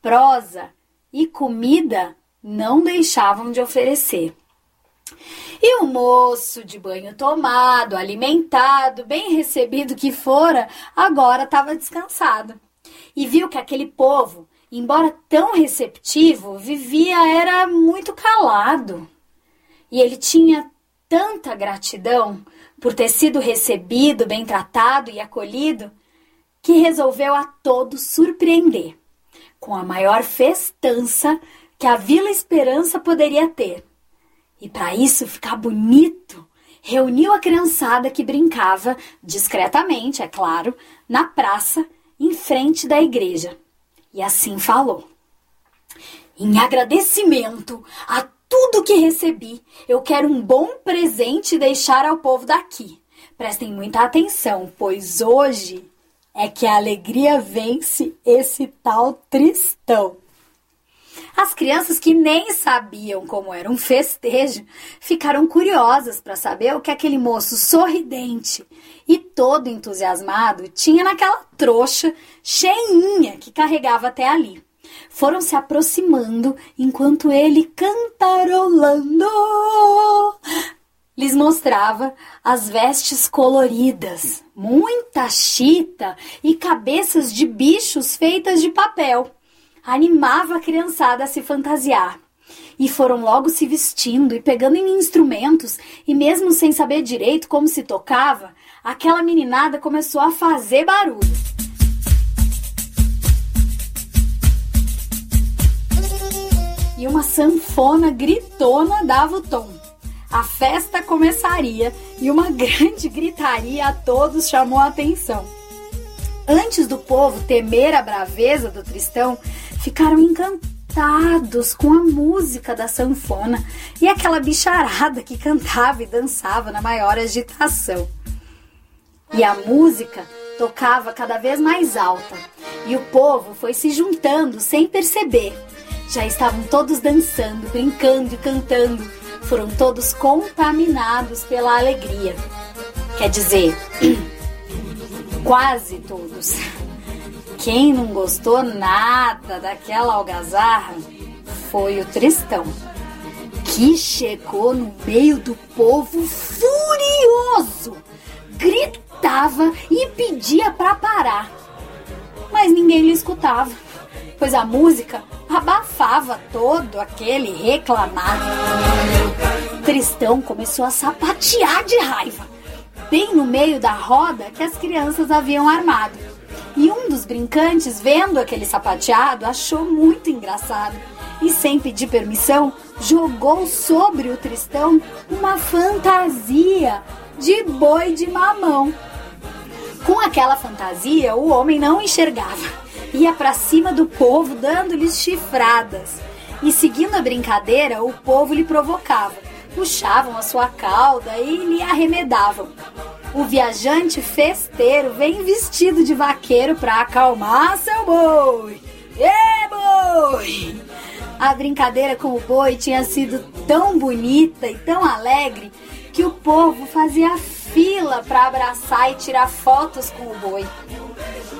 F: prosa e comida não deixavam de oferecer. E o moço, de banho tomado, alimentado, bem recebido que fora, agora estava descansado. E viu que aquele povo, embora tão receptivo, vivia era muito calado. E ele tinha tanta gratidão por ter sido recebido, bem tratado e acolhido, que resolveu a todos surpreender com a maior festança que a Vila Esperança poderia ter. E para isso ficar bonito, reuniu a criançada que brincava, discretamente, é claro, na praça em frente da igreja. E assim falou: Em agradecimento a tudo que recebi. Eu quero um bom presente deixar ao povo daqui. Prestem muita atenção, pois hoje é que a alegria vence esse tal tristão. As crianças que nem sabiam como era um festejo ficaram curiosas para saber o que aquele moço sorridente e todo entusiasmado tinha naquela trouxa cheinha que carregava até ali. Foram se aproximando enquanto ele cantarolando lhes mostrava as vestes coloridas, muita chita e cabeças de bichos feitas de papel animava a criançada a se fantasiar. E foram logo se vestindo e pegando em instrumentos, e mesmo sem saber direito como se tocava, aquela meninada começou a fazer barulho. E uma sanfona gritona dava o tom. A festa começaria e uma grande gritaria a todos chamou a atenção antes do povo temer a braveza do Tristão, ficaram encantados com a música da sanfona e aquela bicharada que cantava e dançava na maior agitação. E a música tocava cada vez mais alta, e o povo foi se juntando sem perceber. Já estavam todos dançando, brincando e cantando. Foram todos contaminados pela alegria. Quer dizer, quase todos. Quem não gostou nada daquela algazarra foi o Tristão, que chegou no meio do povo furioso, gritava e pedia para parar. Mas ninguém lhe escutava, pois a música abafava todo aquele reclamar. Tristão começou a sapatear de raiva bem no meio da roda que as crianças haviam armado. E um dos brincantes, vendo aquele sapateado, achou muito engraçado e, sem pedir permissão, jogou sobre o Tristão uma fantasia de boi de mamão. Com aquela fantasia, o homem não enxergava. Ia para cima do povo, dando-lhes chifradas. E seguindo a brincadeira, o povo lhe provocava puxavam a sua cauda e lhe arremedavam. O viajante festeiro vem vestido de vaqueiro para acalmar seu boi. Ê, boi! A brincadeira com o boi tinha sido tão bonita e tão alegre que o povo fazia fila para abraçar e tirar fotos com o boi.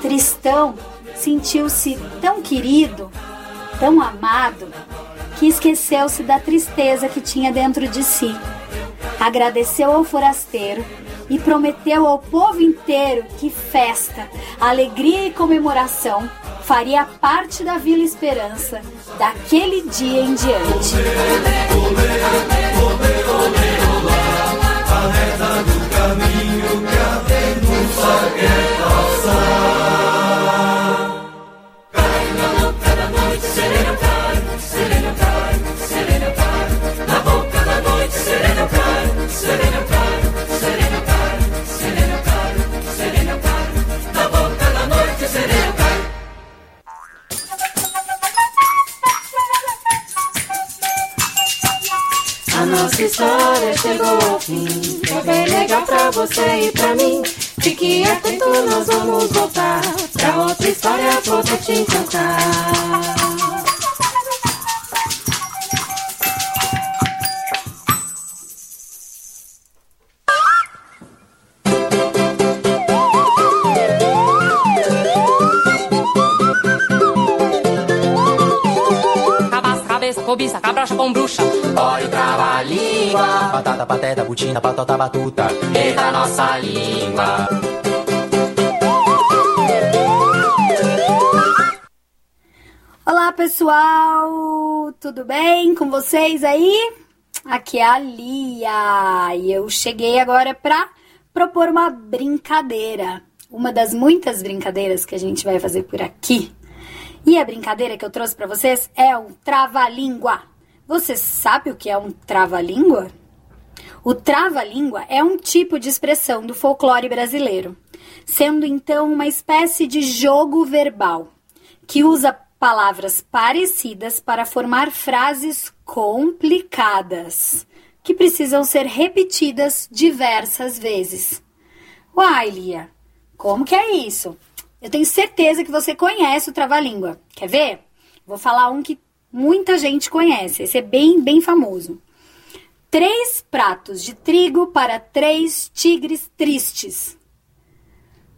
F: Tristão sentiu-se tão querido, tão amado, que esqueceu-se da tristeza que tinha dentro de si. Agradeceu ao forasteiro e prometeu ao povo inteiro que festa, alegria e comemoração faria parte da Vila Esperança daquele dia em diante.
I: A nossa história chegou ao fim. É bem legal pra você e pra mim. Fique atento, nós vamos voltar. Pra outra história posso te encantar.
J: Cabaça, cabeça, cobiça, cabracha com bruxa. Olha o trava-língua.
K: Batata, pateta, butina, patata, batuta.
J: Eita, nossa língua.
F: Olá pessoal, tudo bem com vocês aí? Aqui é a Lia e eu cheguei agora para propor uma brincadeira, uma das muitas brincadeiras que a gente vai fazer por aqui. E a brincadeira que eu trouxe para vocês é um trava-língua. Você sabe o que é um trava-língua? O trava-língua é um tipo de expressão do folclore brasileiro, sendo então uma espécie de jogo verbal que usa palavras parecidas para formar frases complicadas, que precisam ser repetidas diversas vezes. Uai, Lia, como que é isso? Eu tenho certeza que você conhece o trava-língua. Quer ver? Vou falar um que muita gente conhece. Esse é bem, bem famoso. Três pratos de trigo para três tigres tristes.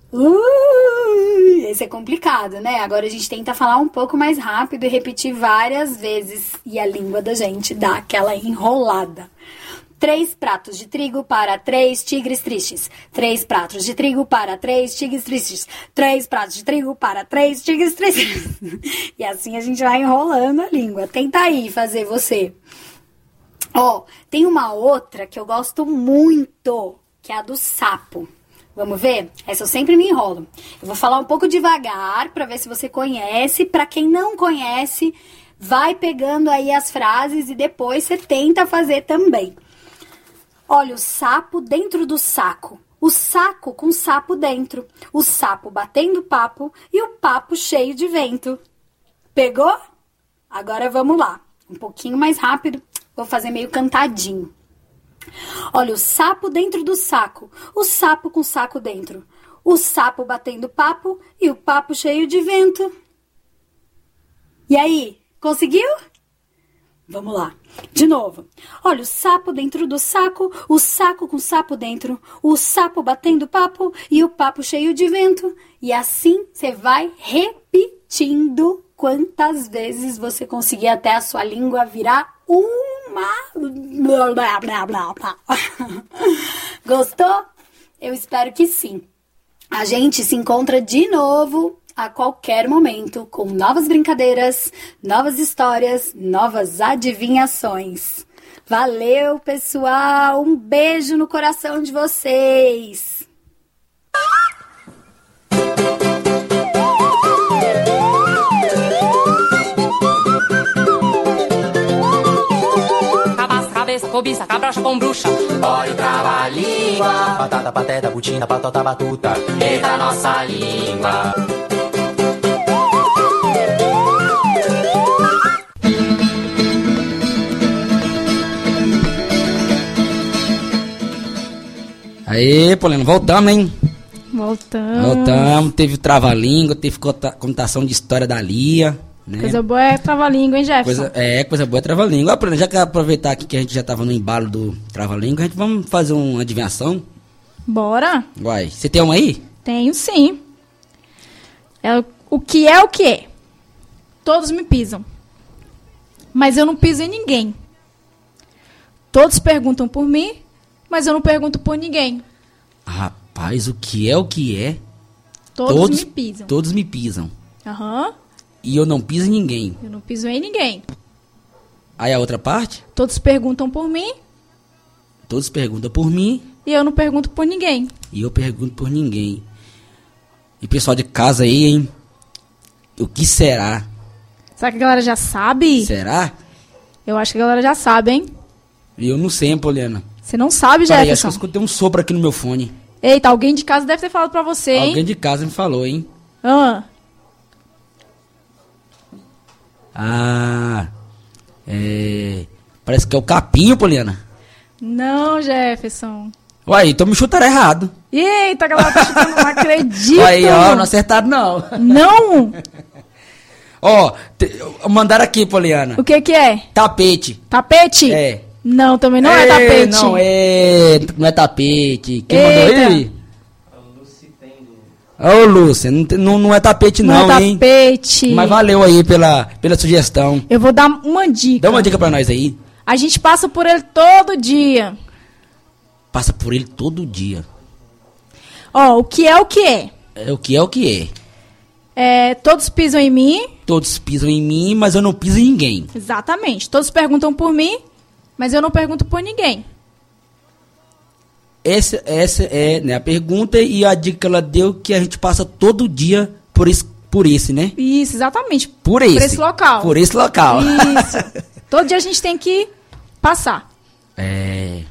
F: Ui, esse é complicado, né? Agora a gente tenta falar um pouco mais rápido e repetir várias vezes e a língua da gente dá aquela enrolada. Três pratos de trigo para três tigres tristes. Três pratos de trigo para três tigres tristes. Três pratos de trigo para três tigres tristes. e assim a gente vai enrolando a língua. Tenta aí fazer você. Ó, tem uma outra que eu gosto muito, que é a do sapo. Vamos ver? Essa eu sempre me enrolo. Eu vou falar um pouco devagar para ver se você conhece. Para quem não conhece, vai pegando aí as frases e depois você tenta fazer também. Olha o sapo dentro do saco. O saco com o sapo dentro. O sapo batendo papo e o papo cheio de vento. Pegou? Agora vamos lá. Um pouquinho mais rápido. Vou fazer meio cantadinho. Olha o sapo dentro do saco, o sapo com o saco dentro, o sapo batendo papo e o papo cheio de vento. E aí, conseguiu? Vamos lá, de novo. Olha o sapo dentro do saco, o saco com o sapo dentro, o sapo batendo papo e o papo cheio de vento. E assim você vai repetindo quantas vezes você conseguir até a sua língua virar uma. blá, blá, blá, blá. Gostou? Eu espero que sim. A gente se encontra de novo a qualquer momento com novas brincadeiras, novas histórias, novas adivinhações. Valeu, pessoal! Um beijo no coração de vocês!
J: Cabaça, cabeça, cobiça, cabracha com bruxa.
K: Olha o trava-língua. Batata, pateta, butina, batata, batuta. Eita, nossa língua.
B: Aê, Polino, voltamos, hein?
D: Voltamos.
B: Voltamos, teve o trava-língua, teve cota- contação de história da Lia, né?
D: Coisa boa é trava-língua, hein, Jefferson?
B: Coisa- é, coisa boa é trava-língua. Ó, Polino, já que aproveitar aqui que a gente já tava no embalo do trava-língua, a gente vamos fazer uma adivinhação?
D: Bora?
B: Uai, você tem uma aí?
D: Tenho sim. É, o- o que é o que é? Todos me pisam. Mas eu não piso em ninguém. Todos perguntam por mim, mas eu não pergunto por ninguém.
B: Rapaz, o que é o que é?
D: Todos, me pisam.
B: Todos me pisam.
D: Aham.
B: E eu não piso em ninguém.
D: Eu não piso em ninguém.
B: Aí a outra parte,
D: Todos perguntam por mim
B: todos perguntam por mim
D: e eu não pergunto por ninguém.
B: e eu pergunto por ninguém. E pessoal de casa aí, hein? O que será?
D: Será que a galera já sabe?
B: Será?
D: Eu acho que a galera já sabe, hein?
B: E eu não sei, hein, Poliana.
D: Você não sabe,
B: Peraí, acho que eu
D: Jefferson.
B: escutei um sopro aqui no meu fone.
D: Eita, alguém de casa deve ter falado pra você, hein?
B: Alguém de casa me falou, hein?
D: Ah,
B: Ah, é... Parece que é o capinho, Poliana.
D: não, Jefferson.
B: Uai, então me chutaram errado.
D: Eita, a galera tá chutando, não acredito.
B: Aí, ó, não acertaram não.
D: Não?
B: Ó, te- mandaram aqui, Poliana.
D: O que que é?
B: Tapete.
D: Tapete?
B: É.
D: Não, também não é,
B: Ei,
D: tapete.
B: Não é, não é tapete. Quem
D: Eita.
B: mandou aí? Ô, Lúcia, não, te- não, não é tapete
D: Não
B: não,
D: é
B: hein?
D: tapete.
B: Mas valeu aí pela, pela sugestão.
D: Eu vou dar uma dica.
B: Dá uma dica pra nós aí.
D: A gente passa por ele todo dia.
B: Passa por ele todo dia.
D: Ó, o que é o que é?
B: É o que é o que é.
D: É, todos pisam em mim.
B: Todos pisam em mim, mas eu não piso em ninguém.
D: Exatamente. Todos perguntam por mim, mas eu não pergunto por ninguém.
B: Essa, essa é né, a pergunta e a dica que ela deu que a gente passa todo dia por esse, por esse né?
D: Isso, exatamente.
B: Por esse.
D: Por esse local.
B: Por esse local.
D: Isso. todo dia a gente tem que passar.
B: É.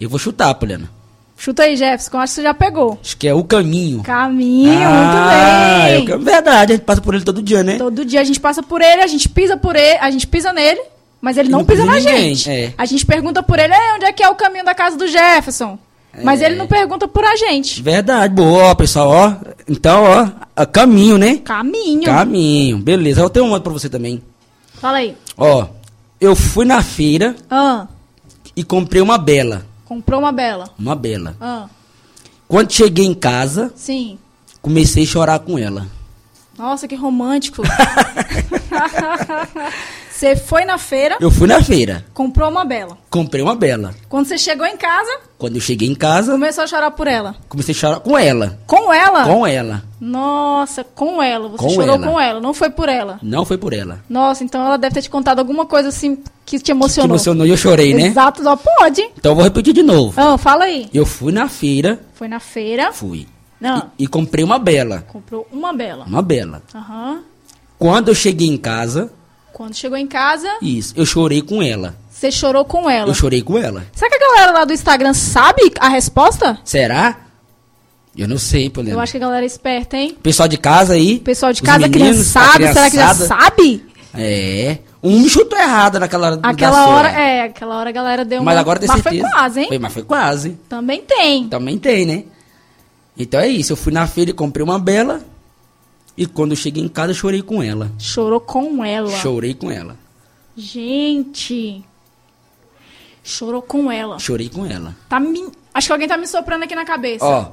B: Eu vou chutar, Poliana.
D: Chuta aí, Jefferson, acho que você já pegou.
B: Acho que é o caminho.
D: Caminho,
B: Ah, é o
D: muito bem.
B: cam- verdade, a gente passa por ele todo dia, né?
D: Todo dia a gente passa por ele, a gente pisa por ele, a gente pisa nele, mas ele não, pisa na
B: ninguém,
D: gente.
B: é.
D: A gente pergunta por ele, "Ei, onde é que é o caminho da casa do Jefferson?
B: É.
D: Mas ele não pergunta por a gente.
B: Verdade, boa, ó, pessoal, ó. Então, ó, a caminho, né?
D: Caminho.
B: Caminho, beleza. Eu tenho uma pra você também.
D: Fala aí.
B: Ó, eu fui na feira
D: Ah,
B: e comprei uma bela.
D: comprou uma bela.
B: Uma bela.
D: Ah,
B: Quando cheguei em casa,
D: sim.
B: comecei a chorar com ela.
D: Nossa, que romântico. você foi na feira,
B: Eu fui na feira,
D: comprou uma bela.
B: comprei uma bela.
D: Quando você chegou em casa,
B: Quando eu cheguei em casa,
D: começou a chorar por ela.
B: comecei a chorar com ela.
D: Com ela?
B: Com ela.
D: Nossa, com ela. Você
B: Com
D: chorou
B: ela.
D: com ela, não foi por ela.
B: Não foi por ela.
D: Nossa, então ela deve ter te contado alguma coisa assim que te emocionou.
B: Que emocionou e eu chorei, né?
D: Exato, não pode.
B: Então eu vou repetir de novo.
D: Ah, fala aí.
B: Eu fui na feira,
D: Foi na feira.
B: fui,
D: Não,
B: e comprei uma bela.
D: comprou uma bela.
B: Uma bela.
D: Aham.
B: Quando eu cheguei em casa,
D: Quando chegou em casa,
B: isso, eu chorei com ela.
D: você chorou com ela.
B: Eu chorei com ela.
D: Será que a galera lá do Instagram sabe a resposta?
B: Será? Eu não sei, Poliana.
D: Eu acho que a galera é esperta, hein?
B: Pessoal de casa aí.
D: O pessoal de
B: os
D: casa,
B: meninos,
D: criançada, será que já
B: criançada.
D: sabe?
B: É. Um me chutou errado naquela hora. da
D: Aquela
B: sua.
D: hora, é, aquela hora a galera deu
B: Mas
D: uma...
B: agora tem
D: mas
B: certeza.
D: foi quase, hein?
B: Foi, mas foi quase.
D: Também tem.
B: Também tem, né? Então é isso. Eu fui na feira e comprei uma bela. E quando eu cheguei em casa, eu chorei com ela.
D: Chorou com ela.
B: Chorei com ela.
D: Gente. Chorou com ela.
B: Chorei com ela.
D: Tá me... Acho que alguém tá me soprando aqui na cabeça.
B: Ó,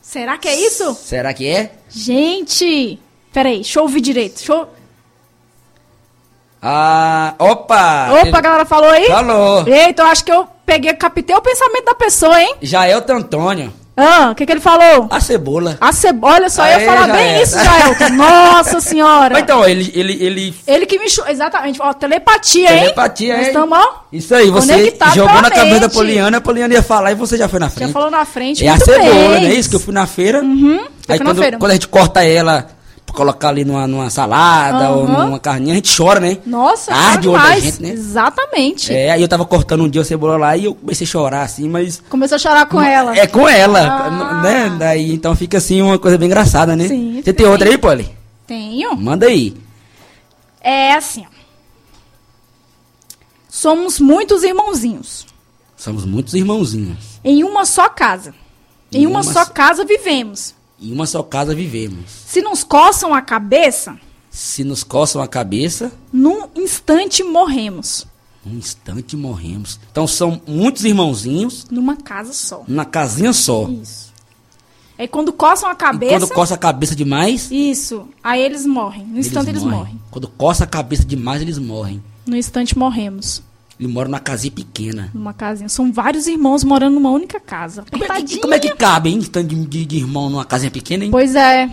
D: Será que é isso?
B: será que é?
D: Gente! Peraí, deixa eu ouvir direito. Deixa eu-
B: Tá, Ah, opa!
D: Opa, a galera falou aí?
B: Falou.
D: Eita, eu acho que eu peguei, captei o pensamento da pessoa, hein?
B: Já é o Antônio.
D: Ah, o que que ele falou?
B: A cebola.
D: A cebola, olha só, eu
B: Aê,
D: ia falar
B: já
D: bem
B: era.
D: isso, Jaelton. Nossa senhora.
B: Mas então, ele, ele, ele...
D: Ele que me chorou. Exatamente. Ó, telepatia, hein?
B: Telepatia, hein?
D: Nós estamos, ó.
B: Isso aí, você
D: Conectado
B: jogou na
D: pela
B: cabeça da
D: mente.
B: Poliana, a Poliana ia falar e você já foi na frente.
D: Já falou na frente.
B: É a
D: muito
B: cebola,
D: bem.
B: não é isso? Que eu fui na feira.
D: Uhum. eu
B: Aí
D: fui na
B: quando,
D: feira.
B: quando a gente corta ela pra colocar ali numa, numa salada ou
D: Aham.
B: numa carninha, a gente chora, né?
D: Nossa,
B: Arde
D: Arde
B: o olho da
D: demais.
B: gente, né?
D: Exatamente.
B: É, aí eu tava cortando um dia a cebola lá e eu comecei a chorar assim, mas.
D: Começou a chorar com ela.
B: É com ela,
D: Ah.
B: n- né? Daí então fica assim uma coisa bem engraçada, né?
D: Sim,
B: Você tem outra aí, Poli?
D: Tenho.
B: Manda aí.
D: É assim, ó. Somos muitos irmãozinhos.
B: Somos muitos irmãozinhos.
D: Em uma só casa. Em, uma, só casa vivemos.
B: Em uma só casa vivemos.
D: Se nos coçam a cabeça,
B: Se nos coçam a cabeça,
D: num instante morremos.
B: num instante morremos. Então são muitos irmãozinhos
D: Numa casa só.
B: numa casinha só.
D: Isso. Aí quando coçam a
B: E
D: cabeça.
B: quando coça a cabeça demais,
D: Isso. Aí eles morrem. No instante Então eles morrem.
B: Quando coça a cabeça demais, eles morrem.
D: No instante morremos.
B: Eles moram numa casinha pequena.
D: Numa casinha. São vários irmãos morando numa única casa. Apertadinha.
B: Como é que cabe, hein? Tanto de, de- de irmão numa casinha pequena, hein?
D: Pois é.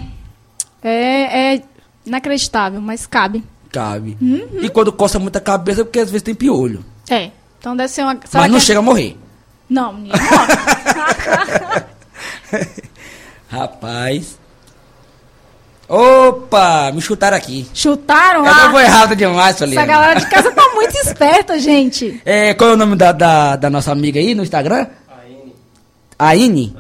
D: É, é inacreditável, mas cabe.
B: Cabe.
D: Uhum.
B: E quando coça muita cabeça, é porque às vezes tem piolho.
D: É. Então deve ser uma. será
B: Mas não
D: que é-
B: chega a morrer.
D: Não, ninguém morre.
B: Rapaz. Opa, me chutaram aqui.
D: Chutaram
B: Eu
D: lá.
B: não vou errado demais,
D: Essa
B: Soliana.
D: galera de casa tá muito esperta, gente.
B: É, qual é o nome da, da, da nossa amiga aí no Instagram? Aine.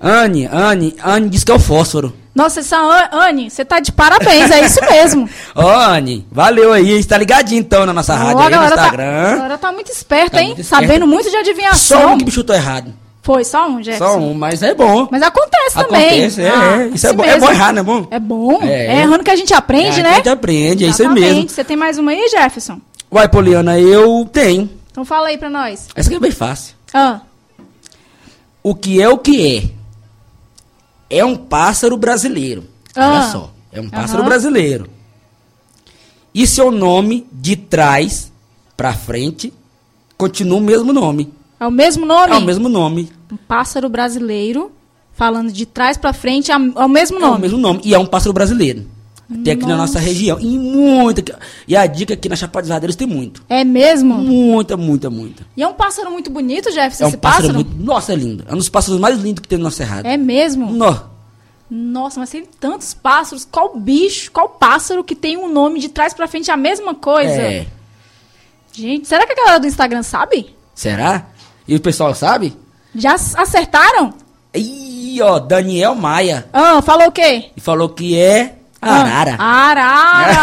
B: Anne, Anne, Anne disse que é o fósforo.
D: Nossa, essa An- Anne, você tá de parabéns, é isso mesmo.
B: Ô, Anne, valeu aí. Está ligadinho então na nossa rádio
D: Ó,
B: aí no
D: Tá, a
B: Instagram.
D: galera tá muito esperta,
B: Tá
D: hein?
B: muito esperta.
D: Sabendo muito de
B: Só
D: adivinhação.
B: um que me chutou errado.
D: Foi, só um, Jefferson.
B: Só um, mas é bom.
D: Mas acontece,
B: Acontece, é,
D: também. Ah, assim
B: é. Isso é bom- é
D: mesmo.
B: bom errar, não é bom?
D: É bom.
B: É.
D: É, errando que a gente aprende,
B: É,
D: né?
B: A gente aprende, é isso aí
D: Exatamente.
B: mesmo.
D: Você tem mais uma aí, Jefferson?
B: Vai, Poliana, eu tenho.
D: Então fala aí pra nós.
B: Essa aqui é bem fácil.
D: Ah,
B: O que é o que é? É um pássaro brasileiro. Olha
D: Ah.
B: só. É um pássaro
D: Aham.
B: brasileiro. E seu nome de trás pra frente continua o mesmo nome.
D: é o mesmo nome?
B: É o mesmo nome.
D: Um pássaro brasileiro, falando de trás pra frente, é o é o mesmo
B: É o
D: nome.
B: mesmo nome. E é um pássaro brasileiro. Tem aqui na nossa região. E muita. E a dica aqui na Chapada dos Veadeiros tem muito.
D: É mesmo?
B: Muita, muita, muita.
D: E é um pássaro muito bonito, Jefferson,
B: é um
D: esse
B: pássaro,
D: pássaro?
B: muito. Nossa, é lindo. É um dos pássaros mais lindos que tem no nosso cerrado.
D: É mesmo?
B: Nó.
D: Nossa, mas tem tantos pássaros. Qual bicho, qual pássaro que tem um nome de trás pra frente é a mesma coisa?
B: É.
D: Gente, será que a galera do Instagram sabe?
B: Será? E o pessoal sabe?
D: Já s- acertaram?
B: Ih, ó, Daniel Maia.
D: Ah, falou o quê?
B: E falou que é
D: Ah.
B: arara.
D: Arara!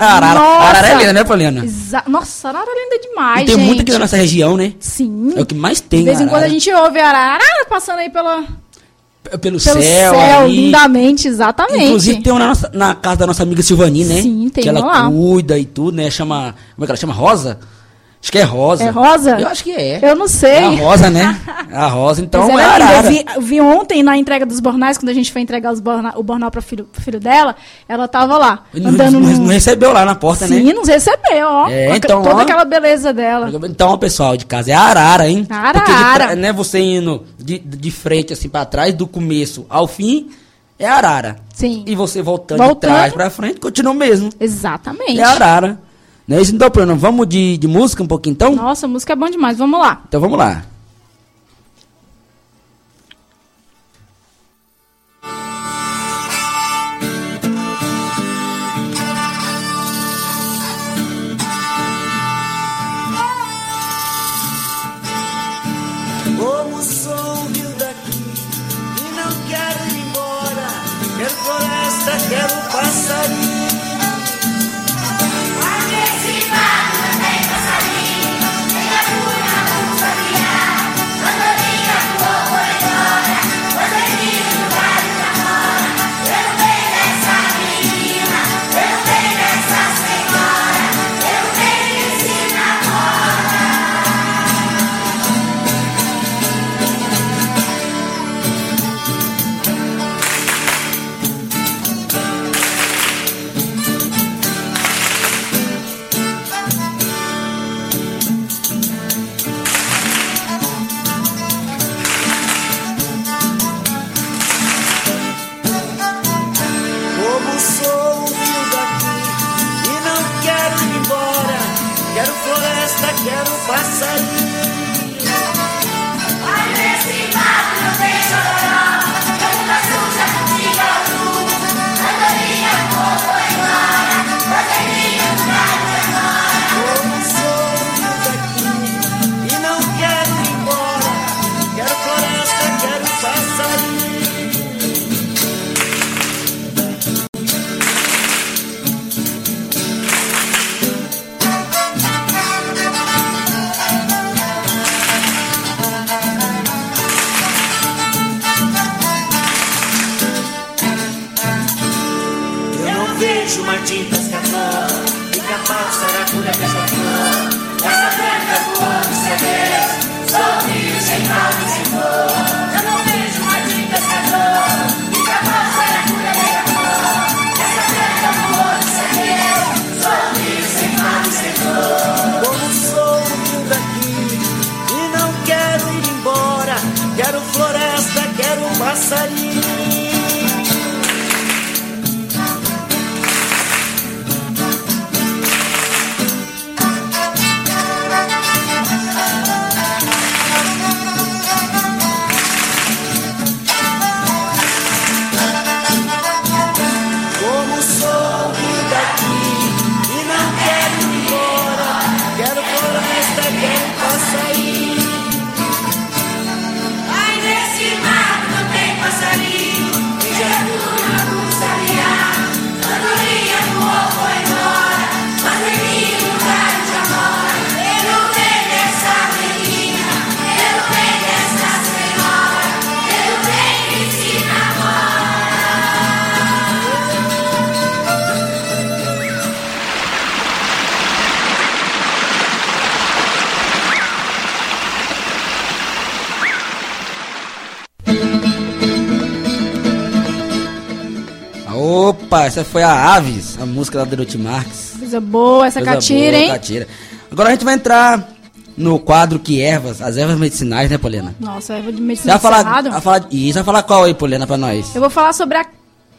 B: arara,
D: Nossa!
B: arara é linda, né, Paulina?
D: Exa- Nossa, arara é linda demais,
B: E tem
D: gente.
B: muito aqui na nossa região, né?
D: Sim.
B: É o que mais tem.
D: De vez em
B: arara.
D: quando a gente ouve arara, arara passando aí pela,
B: P- Pelo,
D: pelo
B: céu,
D: céu,
B: ali.
D: lindamente, exatamente.
B: Inclusive tem uma na, nossa- na casa da nossa amiga Silvani, né?
D: Sim, tem
B: Que ela
D: uma lá.
B: cuida e tudo, né? Chama. Como é que ela chama? Rosa? Acho que é Rosa.
D: É rosa?
B: Eu acho que é.
D: Eu não sei.
B: É a Rosa, né? A Rosa, então
D: Mas
B: é
D: ela é linda.
B: arara.
D: Eu vi, eu vi ontem na entrega dos bornais, quando a gente foi entregar os borna- o bornal para filho, pro filho dela, ela tava lá,
B: Não, não-
D: andando no...
B: não recebeu lá na porta,
D: Sim,
B: né?
D: nos recebeu, ó.
B: É,
D: Com a-
B: então,
D: toda
B: ó.
D: aquela beleza dela.
B: Então, pessoal de casa, é arara, hein?
D: Arara.
B: Porque de tra- né, você indo de, de frente, assim, pra trás, do começo ao fim, é arara.
D: Sim.
B: E você voltando, de
D: Voltando.
B: trás pra frente, continua o mesmo.
D: Exatamente.
B: É arara. Né? Isso não dá problema. Vamos de, de música um pouquinho, então?
D: Nossa, a música é bom demais. Vamos lá.
B: Então vamos lá.
E: Como sou humilde daqui e não quero ir embora. Quero floresta, quero passarinho. Como sou humilde daqui e não quero ir embora. Quero floresta, quero passarinho. Como sou humilde daqui e não quero ir embora. Quero floresta, quero passarinho. Eu não vejo Martim Pescador Fica pau, saracura, beija-flor Essa branca voando, cê vê Sorriu sem mal e sem dor Eu não vejo Martim Pescador Fica pau, saracura, beija-flor Essa branca voando, cê vê Sorriu sem mal e sem dor Como sou humilde aqui E não quero ir embora Quero floresta, quero passarinho Como sou humilde aqui e não quero ir embora. Quero floresta, quero passarinho. Ai, nesse mato não tem passarinho. Beija-flor, aguçaria. Andorinha voou, foi embora. Mas em mim um lugar de amor. Eu não venho dessa menina. Eu não venho dessa senhora. Eu venho de se namorar.
B: Ah, Opa, essa foi a Aves, a música da Dorothy Marques.
D: Coisa boa, essa
B: Coisa
D: catira,
B: boa,
D: hein?
B: Catira. Agora a gente vai entrar no quadro que ervas, as ervas medicinais, né, Polena?
D: Nossa, erva de
B: Você vai
D: medicina
B: falar,
D: cerrado.
B: vai falar, isso, vai falar qual aí, Polena, pra nós?
D: Eu vou falar sobre a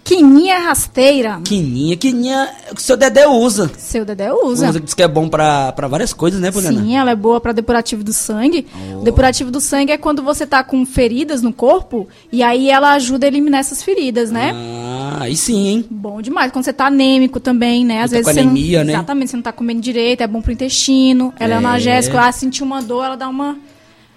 D: quininha rasteira.
B: Quininha, quininha, o seu Dedé usa.
D: Seu Dedé usa.
B: Usa, diz que é bom pra, pra várias coisas, né, Polena?
D: Sim, ela é boa para depurativo do sangue.
B: Oh.
D: O depurativo do sangue é quando você tá com feridas no corpo e aí ela ajuda a eliminar essas feridas, né?
B: Ah, aí sim, hein?
D: Bom demais. Quando você tá anêmico também, né? Às
B: tá
D: vezes
B: com
D: você não-
B: anemia, né?
D: Exatamente, você não tá comendo direito, é bom pro intestino. Ela é,
B: É.
D: analgésica, ela sentiu uma dor, ela dá uma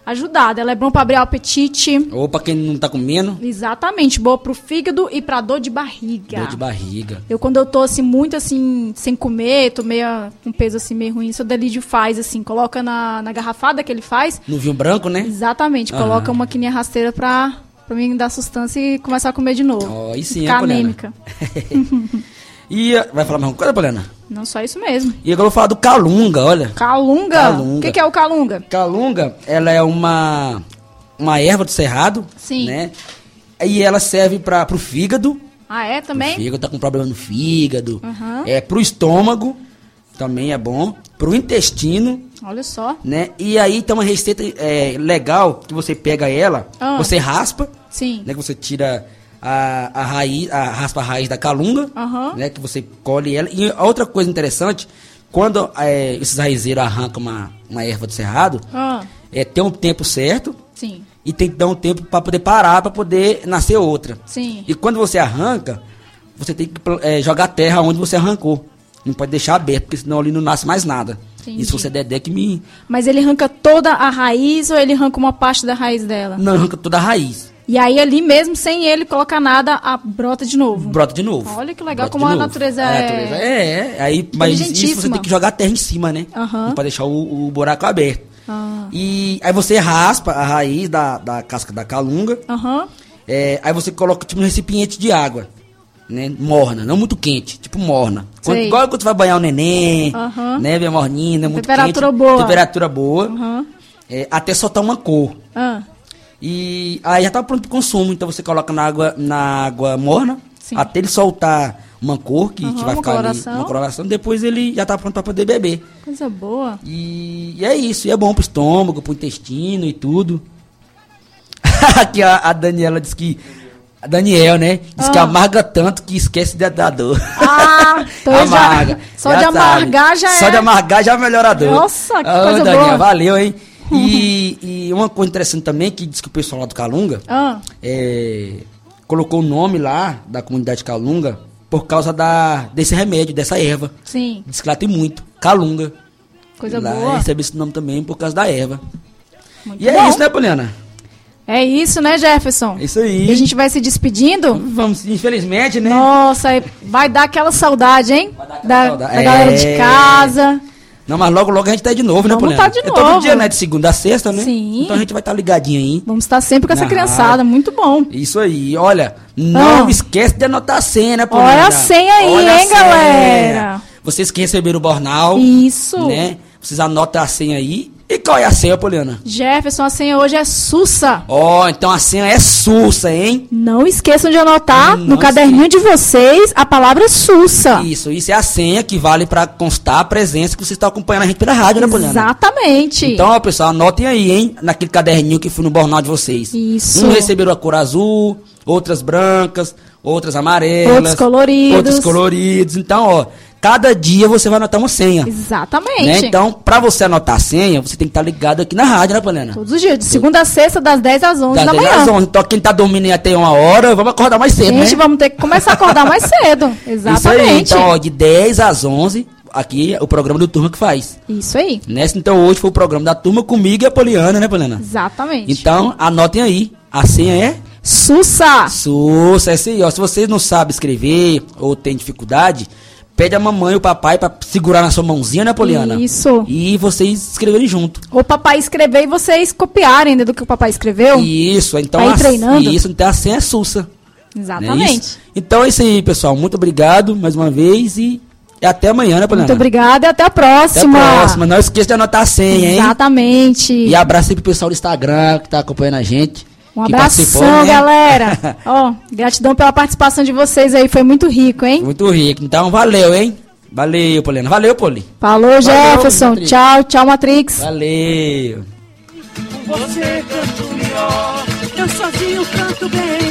D: ajudada. Ela é bom para abrir o apetite.
B: Ou pra quem não tá comendo,
D: Exatamente, boa pro fígado e pra dor de barriga.
B: dor de barriga.
D: Eu, quando eu tô, assim, muito, assim, sem comer, tô meio, com peso, assim, meio ruim, isso o Delídio faz, assim, coloca na, na garrafada que ele faz.
B: No vinho branco, né?
D: Exatamente,
B: Aham.
D: coloca uma quininha rasteira pra, pra mim dar sustância e começar a comer de novo.
B: Ó, aí sim,
D: Ficar
B: hein, Poliana?
D: anêmica.
B: E ah, vai falar mais alguma coisa, Poliana?
D: Não só isso mesmo.
B: E agora eu vou falar do Calunga, olha.
D: Calunga?
B: Calunga.
D: O que, que é o calunga?
B: Calunga, ela é uma uma erva do cerrado,
D: Sim.
B: né? E ela serve para pro fígado.
D: Ah, é
B: O
D: também?
B: fígado tá com problema no fígado.
D: Aham.
B: É pro estômago, também é bom, pro intestino,
D: Olha só.
B: né? E aí tem uma receita é, legal que você pega ela,
D: Ah.
B: você raspa,
D: Sim.
B: né, que você tira a, a raiz, a raspa a raiz da calunga,
D: Aham.
B: né, que você colhe ela. E a outra coisa interessante, quando é, esses raizeiros arrancam uma, uma erva do cerrado,
D: Ah,
B: é tem um tempo certo
D: sim.
B: e tem que dar um tempo para poder parar, para poder nascer outra.
D: Sim.
B: E quando você arranca, você tem que é, jogar terra onde você arrancou. Não pode deixar aberto, porque senão ali não nasce mais nada.
D: Entendi.
B: E se você der der que me...
D: Mas ele arranca toda a raiz ou ele arranca uma parte da raiz dela?
B: Não, arranca toda a raiz.
D: E aí ali mesmo, sem ele colocar nada, a brota de novo.
B: Brota de novo.
D: Olha que legal
B: Brota
D: como
B: de
D: a
B: novo.
D: natureza
B: A
D: é-
B: natureza é... é. Aí, mas isso você
D: Inteligentíssima.
B: tem que jogar a terra em cima, né?
D: Aham.
B: Não pode deixar o, o buraco aberto.
D: Ah.
B: E aí você raspa a raiz da, da casca da calunga.
D: Aham.
B: É, aí você coloca tipo um recipiente de água, né? Morna, não muito quente, tipo morna. Quando,
D: Sei.
B: igual quando você vai banhar o neném,
D: Aham.
B: né? Bem morninha, não é muito
D: Temperatura
B: quente.
D: boa.
B: Temperatura boa.
D: Aham.
B: é, até soltar uma cor.
D: Ah,
B: E aí já tá pronto pro consumo, então você coloca na água, na água morna,
D: Sim.
B: até ele soltar uma cor que,
D: Aham,
B: que vai
D: uma
B: ficar
D: coloração.
B: ali, uma coloração, depois ele já tá pronto para poder beber.
D: coisa boa.
B: E, e é isso, e é bom pro estômago, pro intestino e tudo. Aqui a, a Daniela diz que. A Daniel, né? Diz que
D: Ah.
B: amarga tanto que esquece de dar dor.
D: Ah, então eu já, só de
B: sabe.
D: amargar já
B: Só
D: é.
B: de amargar já melhora a dor.
D: Nossa, que
B: Ô,
D: coisa
B: Daniel,
D: boa.
B: valeu, hein? E, e uma coisa interessante também, que diz que o pessoal lá do Calunga
D: Ah,
B: é, colocou o nome lá da comunidade Calunga por causa da, desse remédio, dessa erva.
D: sim,
B: Diz que lá tem muito. Calunga.
D: coisa
B: Lá
D: boa.
B: recebe esse nome também por causa da erva.
D: Muito
B: E é
D: bom.
B: isso, né, Poliana?
D: É isso, né, Jefferson?
B: É isso aí.
D: E a gente vai se despedindo?
B: Vamos, infelizmente, né?
D: Nossa, aí vai dar aquela saudade, hein?
B: Vai dar aquela
D: Da,
B: saudade.
D: da galera
B: É.
D: de casa.
B: Não, mas logo, logo a gente tá aí de novo, né,
D: Vamos
B: Poliana?
D: tá de
B: É todo
D: novo.
B: dia, né? De segunda a sexta, né?
D: Sim.
B: Então a gente vai estar ligadinho aí.
D: Vamos estar sempre com essa
B: Na
D: criançada,
B: rádio.
D: muito bom.
B: Isso aí, olha, não esquece de anotar a senha, né, Poliana?
D: Ah. Olha a senha aí,
B: a
D: hein, galera?
B: Vocês que receberam o Bornal,
D: Isso.
B: Então, né? Vocês anotam a senha aí. E qual é a senha, Poliana?
D: Jefferson, a senha hoje é Sussa.
B: Ó, então a senha é sussa, hein?
D: Não esqueçam de anotar
B: Não
D: no caderninho de vocês a palavra Sussa.
B: Isso, isso é a senha que vale pra constar a presença que vocês estão acompanhando a gente pela rádio, né, Poliana?
D: Exatamente.
B: Então, ó, pessoal, anotem aí, hein? Naquele caderninho que foi no bornal de vocês.
D: Isso.
B: Um receberam a cor azul, outras brancas, outras amarelas.
D: Outros coloridos.
B: Outros coloridos. Então, ó, cada dia você vai anotar uma senha. Né?
D: Exatamente.
B: Então, pra você anotar a senha, você tem que estar ligado aqui na rádio, né, Poliana?
D: Todos os dias, de segunda a sexta, das 10 às 11 da,
B: dez
D: manhã.
B: às 11. Então, quem tá dormindo aí até uma hora, vamos acordar mais cedo, né?
D: Gente, vamos ter que começar a acordar mais cedo.
B: Isso aí,
D: Exatamente.
B: então, ó, de 10 às 11, aqui é o programa do Turma que faz.
D: Isso aí.
B: Né? Então, hoje foi o programa da Turma comigo e a Poliana, né, Poliana?
D: Exatamente.
B: Então, anotem aí. A senha é
D: Sussa!
B: SUSS. É isso aí, ó. Se vocês não sabem escrever ou tem dificuldade, pede a mamãe e o papai pra segurar na sua mãozinha, né, Poliana?
D: Isso.
B: E vocês escreverem junto.
D: O papai escrever e vocês copiarem né, do que o papai escreveu.
B: Isso, então
D: Vai
B: a-
D: tá treinando.
B: Isso, então a senha é SUSSA. né, isso?
D: Exatamente.
B: Então é isso aí, pessoal. Muito obrigado mais uma vez e até amanhã, né, Poliana?
D: Muito obrigada e até a
B: Até
D: próxima.
B: a próxima. Não esqueça de anotar a senha, hein?
D: Exatamente.
B: E abraço aí pro pessoal do Instagram que tá acompanhando a gente.
D: Um
B: que participou,
D: abração,
B: né?
D: galera. Ó, gratidão pela participação de vocês aí, foi muito rico, hein?
B: Muito rico. Então, valeu, hein? Valeu, Poliana. Valeu, Poli.
D: Falou, Jefferson.
B: Matrix.
D: Tchau, tchau, Matrix.
B: Valeu.
A: Com você canto melhor, eu sozinho canto bem.